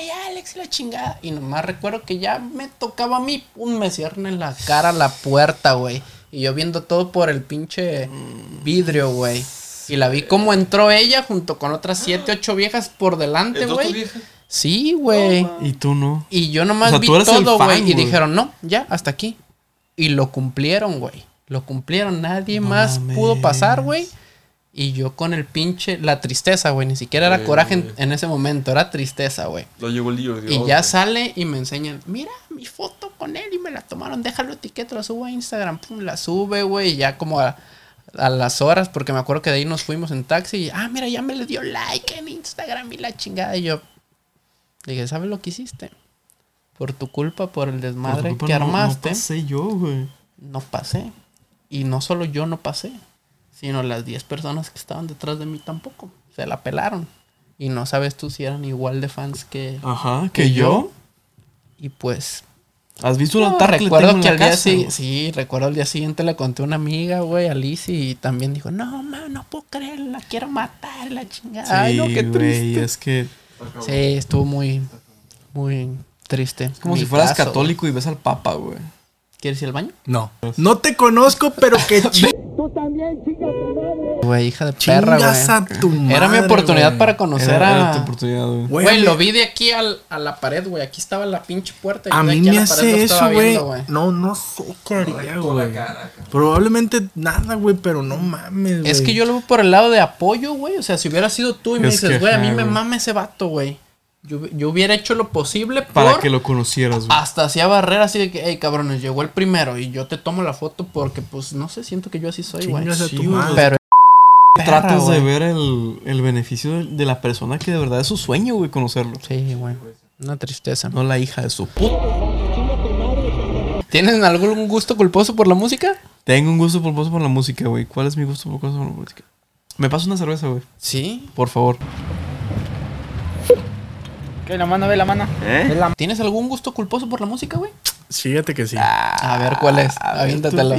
C: ya, Alex, la chingada. Y nomás recuerdo que ya me tocaba a mí, pum, me cierran en la cara la puerta, güey. Y yo viendo todo por el pinche vidrio, güey. Y la vi como entró ella junto con otras siete, ocho viejas por delante,
D: ¿Entró tu
C: güey.
D: vieja?
C: Sí, güey.
B: Y tú no.
C: Y yo nomás
B: O sea,
C: vi
B: tú eres el
C: todo,
B: fan,
C: güey. Y
B: güey.
C: dijeron, no, ya, hasta aquí. Y lo cumplieron, güey. Lo cumplieron. Nadie
B: No
C: más
B: mames.
C: pudo pasar, güey. Y yo con el pinche, la tristeza, güey. Ni siquiera era
D: Eh,
C: coraje en, en ese momento, era tristeza, güey.
D: Lo llegó el lío.
C: Y ya sale y me enseñan, mira mi foto con él y me la tomaron, déjalo etiqueta, la subo a Instagram, pum, la sube, güey, y ya como a, a las horas, porque me acuerdo que de ahí nos fuimos en taxi y, ah, mira, ya me le dio like en Instagram y la chingada. Y yo dije, ¿sabes lo que hiciste? Por tu culpa, por el
B: Por tu
C: desmadre
B: culpa
C: que
B: no-
C: armaste,
B: No, pasé yo, güey.
C: no pasé. Y no solo yo no pasé, sino las 10 personas que estaban detrás de mí tampoco. Se la pelaron. Y no sabes tú si eran igual de fans que...
B: Ajá, que
C: ¿Que
B: yo.
C: Y pues
B: ¿Has visto la
C: No,
B: tarta que le
C: recuerdo
B: tengo en
C: que
B: la
C: al día
B: casa,
C: sí,
B: güey?
C: sí, recuerdo al día siguiente le conté a una amiga, güey, a Liz y también dijo, no, ma, no puedo creer, la quiero matar, la chingada. Ay, no,
B: Sí,
C: qué
B: güey,
C: triste.
B: es que
C: Sí, estuvo muy, muy triste.
B: es como
C: Mi
B: si fueras
C: caso,
B: católico y ves al papa, güey.
C: güey. ¿Quieres ir al baño?
A: No. No te conozco, pero que
C: Güey, hija de perra,
A: chingas a
C: güey.
A: tu madre.
C: Era mi oportunidad
A: güey.
C: para conocer
B: Era, era
C: a...
B: tu oportunidad, güey.
A: Güey,
C: Güey,
A: a mí-
C: lo vi de aquí al- a la pared, güey. Aquí estaba la pinche puerta. y
A: A
C: yo de
A: mí
C: aquí
A: me
C: la pared lo
A: hace eso,
C: estaba
A: güey.
C: viendo,
A: No, no sé qué haría, güey. Probablemente nada, güey, pero no mames, güey.
C: Es que yo lo veo por el lado de apoyo, güey. O sea, si hubiera sido tú y me
B: Es que,
C: dices, güey, a mí
B: ajá,
C: me
B: güey.
C: mama ese vato, güey. Yo, yo hubiera hecho lo posible
B: Para
C: por-
B: que lo conocieras,
A: Ah,
B: güey.
C: Hasta hacía barrera así de que, hey, cabrones, llegó el primero y yo te tomo la foto porque, pues, no sé, siento que yo así soy, güey.
A: Chingas a
B: Sí,
A: tu
B: güey.
A: madre.
C: Pero perra,
B: Tratas de
C: güey.
B: ver el, el beneficio de, de la persona que de verdad es su sueño, güey, conocerlo.
C: Sí, güey. Una tristeza.
B: No la hija de su puta.
C: ¿Tienen algún gusto culposo por la música?
B: Tengo un gusto por por la música, güey. ¿Cuál es mi gusto por por la música? Me paso una cerveza, güey.
C: Sí.
B: Por favor.
F: Que la mano, ve la mano.
C: ¿Tienes algún gusto culposo por la música, güey?
A: Fíjate que sí.
C: Ah. A ver cuál es.
F: Ah,
C: Aviéntatelo.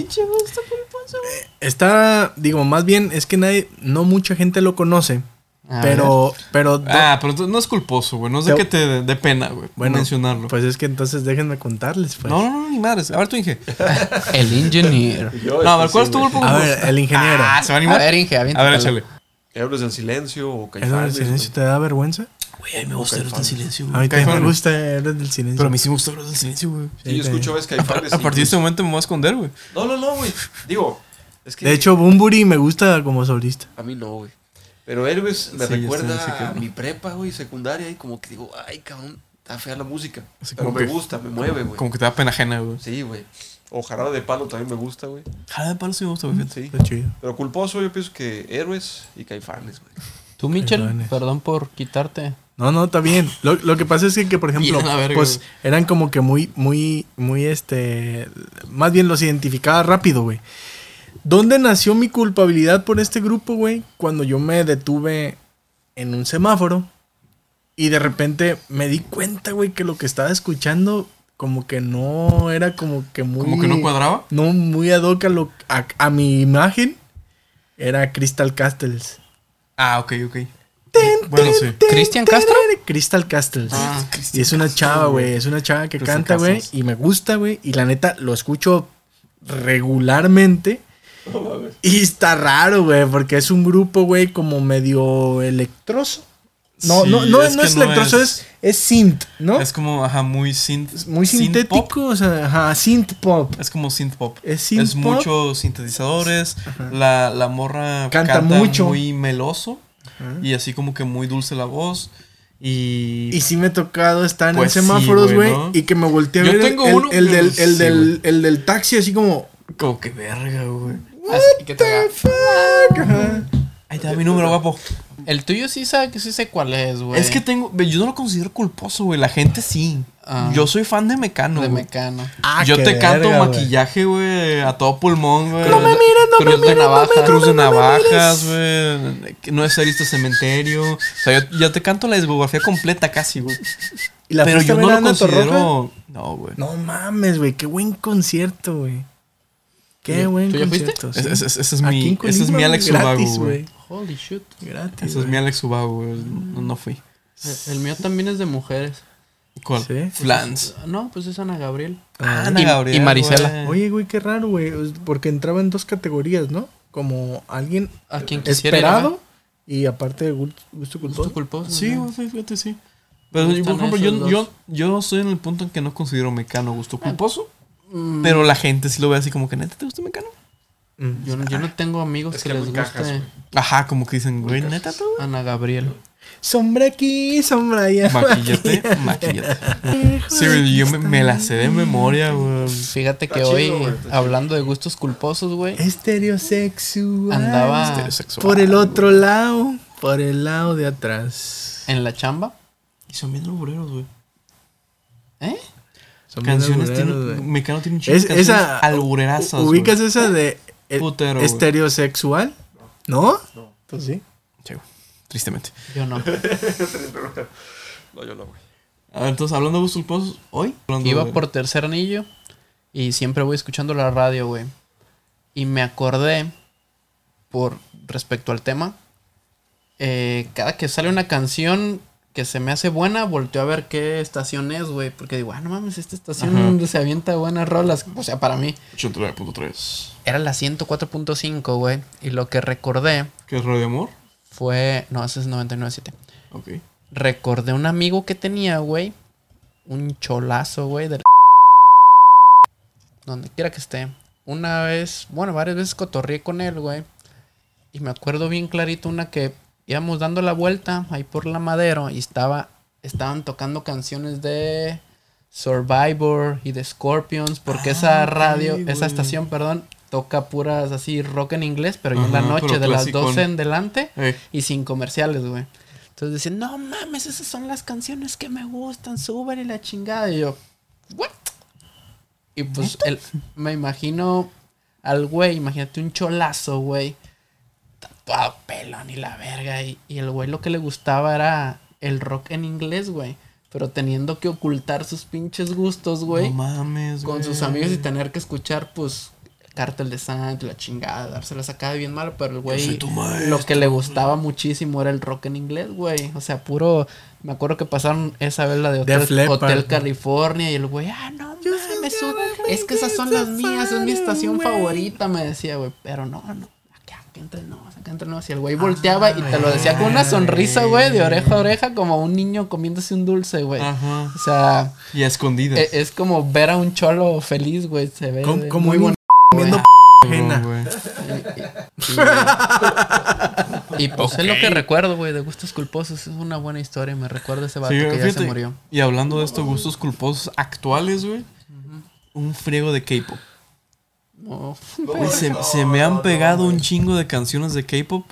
A: Está, digo, más bien es que nadie, no mucha gente lo conoce.
C: A ver.
A: pero, pero. do-
B: Ah, pero entonces no es culposo, güey. No es de
A: Te-
B: que te dé pena, güey.
A: bueno,
B: mencionarlo.
A: Pues es que entonces déjenme contarles, pues.
B: no, no, no, ni madres. A ver, tú, Inge.
C: El ingeniero.
D: Yo,
B: No, a ver,
D: este,
B: ¿cuál
D: sí,
B: es tu
D: güey.
B: grupo?
A: A
B: culposo?
A: ver, el ingeniero.
B: Ah, se va a
C: A
B: animar.
C: ver, Inge, aviéntatelo.
B: A ver, échale.
D: Héroes en silencio o
A: ¿Es donde el
D: caifanes.
A: silencio
D: güey.
A: te da vergüenza?
B: Güey, a mí me gusta el silencio,
A: A mí también me gusta Héroes del Silencio.
B: Pero a mí sí me gusta el silencio, güey.
D: Sí, yo escucho a veces caifanes.
B: A
D: y- pues,
B: partir de este momento me voy a esconder, güey.
D: No, no, no, güey. Digo, es que.
A: De hecho, Bumburi me gusta como solista.
D: A mí no, güey. Pero Héroes me
B: Sí, ya
D: recuerda
B: sé, sí que
D: a
B: no.
D: mi prepa, güey, secundaria. Y como que digo, ay, cabrón, está fea la música.
B: Así
D: pero
B: como
D: me
B: que-
D: gusta, me mueve, güey.
B: Como que te da pena ajena, güey.
D: Sí, güey. O Jarabe de Palo también me gusta, güey.
B: Jala Ah, de palo sí me gusta, güey. fíjate.
D: Sí.
A: Está chido.
D: Pero culposo, yo pienso que Héroes y Caifanes, güey.
C: Tú, Michel,
A: Perdones.
C: perdón por quitarte.
A: No, no, está bien. Lo, lo que pasa es que, que, por ejemplo,
B: Bien, a la verga,
A: pues
B: güey.
A: eran como que muy, muy, muy, este, más bien los identificaba rápido, güey. ¿Dónde nació mi culpabilidad por este grupo, güey? Cuando yo me detuve en un semáforo y de repente me di cuenta, güey, que lo que estaba escuchando como que no era como que muy...
B: Como que no cuadraba.
A: No, muy ad hoc a, lo- a- a mi imagen. Era Crystal Castles.
B: Ah, ok, ok. Bueno, sí.
C: ¿Cristian Castro?
A: Crystal Castles.
C: Ah,
A: Y es una chava, güey. Es una chava que
B: Crystal
A: canta, güey.
B: Castles.
A: Y me gusta, güey. Y la neta, lo escucho regularmente. Y está raro, güey. Porque es un grupo, güey, como medio electroso. No,
B: Sí,
A: no, no,
B: es
A: no
B: que
A: es
B: no
A: electroso,
B: es-
A: es, es, synth, ¿no?
B: Es como, ajá, muy synth.
A: Es muy
B: synth
A: sintético,
B: pop.
A: o sea, ajá, synth pop.
B: Es como synth pop.
A: Es synth
B: es
A: pop.
B: muchos sintetizadores. La, la morra
A: Canta mucho.
B: muy meloso. Y así como que muy dulce la voz. Y.
A: Y sí me he tocado estar
B: Pues sí,
A: en semáforos,
B: güey,
A: güey.
B: ¿no?
A: Y que me volteé a
B: Yo
A: ver el-
B: tengo
A: el,
B: uno
A: el
B: que-
A: del, el
B: sí,
A: del-
B: güey.
A: el del taxi, así como.
B: Como que verga, güey.
C: Así que te haga-
A: "Fuck", ajá.
B: Ahí te da mi número, guapo.
C: El tuyo sí sabe que sí sé cuál es, güey.
B: Es que tengo. ve, Yo no lo considero culposo, güey. La gente sí.
C: Ah.
B: Yo soy fan de Mecano.
C: de
B: güey.
C: Mecano.
A: Ah,
B: yo
A: qué
B: te canto
A: verga, güey.
B: maquillaje, güey, a todo pulmón, güey.
C: No me mires, no me
B: Cruz de
C: mires, no me-
B: navajas,
C: no me-
B: Cruz de
C: no me
B: navajas, güey. No es visto este cementerio. O sea, yo, yo te canto la discografía completa casi, güey.
A: ¿Y la
B: Pero
A: fuiste a
B: yo
A: ver
B: no
A: a
B: lo
A: Ana Torroja?
B: considero. No, güey.
A: No mames, güey, qué buen concierto, güey. Qué
C: ¿Tú
A: buen
C: ya fuiste?
A: concierto.
B: Ese- ese- ese es
A: Aquí
B: mi-
A: en
B: ese es mi
A: Colima,
B: Alex
A: gratis,
B: Ubago, güey.
C: Holy shit.
A: Gratis.
B: Ese es
A: güey.
B: mi Alex Ubago, güey. No, no fui.
C: El- El mío también es de mujeres.
B: ¿Cuál?
A: Sí.
B: Flans.
C: No, pues es Ana Gabriel.
A: Ah,
B: Ana
C: y-
B: Gabriel,
C: y Marisela.
B: güey.
A: Oye, güey, qué raro, güey, es- porque entraba en dos categorías, ¿no? Como alguien
C: A quien quisiera ir a ver.
A: esperado y aparte de gusto, gusto
C: Gusto
A: culposo.
C: culposo.
B: Sí,
C: ¿no?
B: güey, sí, fíjate, sí. Pero, yo, por
C: gustan
B: ejemplo, yo,
C: esos Ah.
B: yo, yo estoy en el punto en que no considero Mecano gusto culposo.
C: Mm,
B: Pero la gente sí lo ve así como que, ¿neta te gusta Mecano?
A: Mm.
C: Yo no, yo no tengo amigos
D: Es
C: que,
D: que
C: les
D: muy
C: guste
D: cajas, güey.
B: Ajá, como que dicen, güey, ¿neta tú?
C: Ana Gabriel.
A: Sombra aquí, sombra allá.
B: Maquillate, maquillate.
A: Hijo
B: Sí,
A: de-
B: güey, yo me, me la sé de memoria, güey.
C: Fíjate que
D: Está
C: hoy,
D: chido, güey, está chido.
C: hablando de gustos culposos, güey,
A: Estereosexual.
C: andaba
B: Heterosexual.
A: por el otro lado, por el lado de atrás.
C: en la chamba.
B: Y son bien lobureros, güey.
C: ¿Eh?
A: Son bien
B: Canciones tiene.
A: albureros, güey.
B: Mecano tiene un chingo de
A: Es,
B: canciones
A: esa.
B: alburerazas.
A: u-
B: güey.
A: ¿Ubicas esa de eh,
B: Putero, güey.
A: estereosexual? ¿No? Pues sí.
B: Sí, güey, tristemente.
C: Yo no.
D: No, yo no, güey.
B: A ver, Ah, entonces, hablando de gustos culposos, hoy. hablando
C: Iba
B: de-
C: por tercer anillo y siempre voy escuchando la radio, güey. Y me acordé, por respecto al tema, eh, cada que sale una canción que se me hace buena, volteo a ver qué estación es, güey. Porque digo, ah, no mames, esta estación se avienta buenas rolas. O sea, para mí.
B: 89.3.
C: Era la 104.5, güey. Y lo que recordé
B: ¿Qué es Radio Amor?
C: fue... No, esa es 99.7.
B: Ok.
C: Recordé un amigo que tenía, güey. Un cholazo, güey, del... Donde quiera que esté. Una vez, bueno, varias veces cotorré con él, güey. Y me acuerdo bien clarito una que íbamos dando la vuelta ahí por la madero y estaba, estaban tocando canciones de Survivor y de Scorpions, porque esa
B: Ah,
C: radio,
B: ok,
C: esa
B: güey.
C: estación, perdón, toca puras así rock en inglés, pero ya en la
B: Ajá,
C: noche
B: pero
C: de las
B: clasicón.
C: 12 en delante
B: Ey.
C: y sin comerciales, güey. Entonces decían, no mames, esas son las canciones que me gustan, suben y la chingada. Y yo, ¿what? Y pues el- me imagino al güey, imagínate un cholazo, güey, tatuado pelón y la verga. Y, y el güey lo que le gustaba era el rock en inglés, güey. Pero teniendo que ocultar sus pinches gustos, güey,
B: No mames,
C: con
B: güey.
C: sus amigos y tener que escuchar, pues, Cártel de Santa, la chingada, dárselas acá de bien mal, pero el
B: soy
C: güey
B: tu maestro.
C: lo que le gustaba muchísimo era el rock en inglés, güey. O sea, puro. Me acuerdo que pasaron esa vez la de
A: Def
C: Hotel,
A: Leppard,
C: Hotel
A: ¿no?
C: California y el güey, ah, no, me Es que esas son las mías, es mi estación favorita, me decía, güey. Pero no, no, acá, acá entre nos, acá entre nos. Y el güey volteaba y te lo decía con una sonrisa, güey, de oreja a oreja, como un niño comiéndose un dulce, güey.
B: Ajá.
C: O sea,
B: Y a escondidas.
C: e- es como ver a un cholo feliz, güey. Se ve
A: Com-
C: de-
A: como
C: muy
A: un
C: bonito. güey.
A: Comiendo ajena.
B: güey.
C: Y pues es lo que recuerdo, güey, de gustos culposos. Es una buena historia. Me recuerda ese vato
B: Sí,
C: que ya se
B: fíjate,
C: murió.
B: Y hablando de estos gustos culposos actuales, güey. Un friego de K-pop.
C: No,
B: Güey, se, se me han pegado un chingo de canciones de K-pop.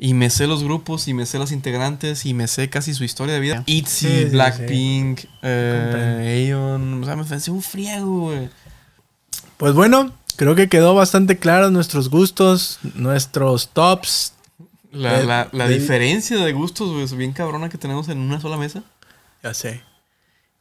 B: Y me sé los grupos, y me sé las integrantes, y me sé casi su historia de vida. ITZY,
A: Sí, sí, sí.
B: Blackpink,
A: Comprendo.
B: eh, Aeon. O sea, me pensé un friego, güey.
A: Pues bueno, creo que quedó bastante claro nuestros gustos, nuestros tops.
B: La,
C: Eh,
A: De-
B: la- la
A: de-
B: diferencia de gustos, güey, es bien cabrona que tenemos en una sola mesa.
A: Ya sé.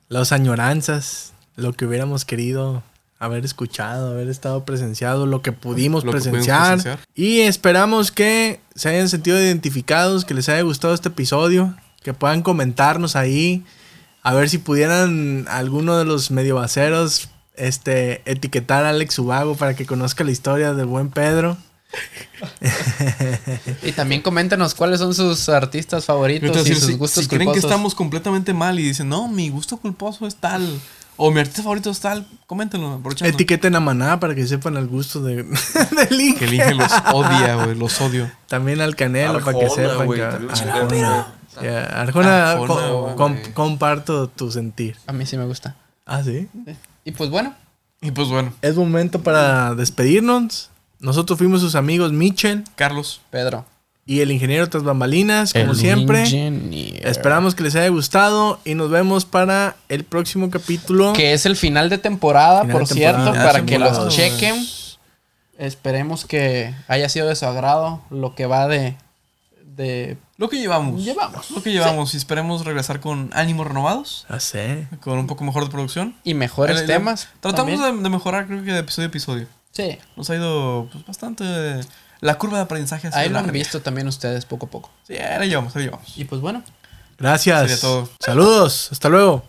A: Las añoranzas, lo que hubiéramos querido haber escuchado, haber estado presenciado, lo que pudimos,
B: Lo que pudimos
A: presenciar,
B: presenciar.
A: Y esperamos que se hayan sentido identificados, que les haya gustado este episodio, que puedan comentarnos ahí, a ver si pudieran alguno de los mediobaceros este, etiquetar a Alex Ubago para que conozca la historia del buen Pedro.
C: Y también coméntenos cuáles son sus artistas favoritos
B: Eh. Yo te voy a
C: y
B: decir,
C: sus
B: si,
C: gustos
B: si creen
C: culposos.
B: que estamos completamente mal y dicen, no, mi gusto culposo es tal, o mi artista favorito es tal, coméntenlo, aprovechando.
A: Etiqueten a Maná para que sepan el gusto de, del Inge.
B: Que el Inge los odia, güey, los odio.
A: También al Canelo para que
D: Arjona,
A: sepan.
D: güey,
A: que-
D: también
A: Ah,
D: chingón, güey.
A: Ya, Arjona,
B: Arjona,
A: co-
B: güey.
A: com- comparto tu sentir.
C: A mí sí me gusta.
A: Ah, sí.
C: Y pues bueno,
B: Y pues bueno,
A: Es momento para despedirnos. Nosotros fuimos sus amigos Mitchell
B: Carlos,
C: Pedro.
A: y el ingeniero tras bambalinas, como siempre. Esperamos que les haya gustado y nos vemos para el próximo capítulo.
C: Que es el final de temporada,
A: Final
C: por
A: de temporada. Ah,
C: cierto,
A: Final de
C: para que
B: temporada,
C: los
B: güey.
C: chequen. Esperemos que haya sido de su agrado lo que va de. de
B: lo que llevamos.
C: Llevamos.
B: Lo que llevamos y esperemos regresar con ánimos renovados,
A: Ya sé.
B: con un poco mejor de producción.
C: y mejores
B: Eh, eh,
C: temas.
B: Tratamos
C: también.
B: de, de mejorar, creo que de episodio a episodio.
C: Sí,
B: Nos ha ido pues, bastante... La curva de aprendizaje ha sido
C: ahí lo han
B: larga.
C: visto también ustedes poco a poco.
B: Sí, ahí la llevamos, ahí la llevamos.
C: Y pues bueno.
A: Gracias.
B: Sería todo.
A: Saludos. Hasta luego.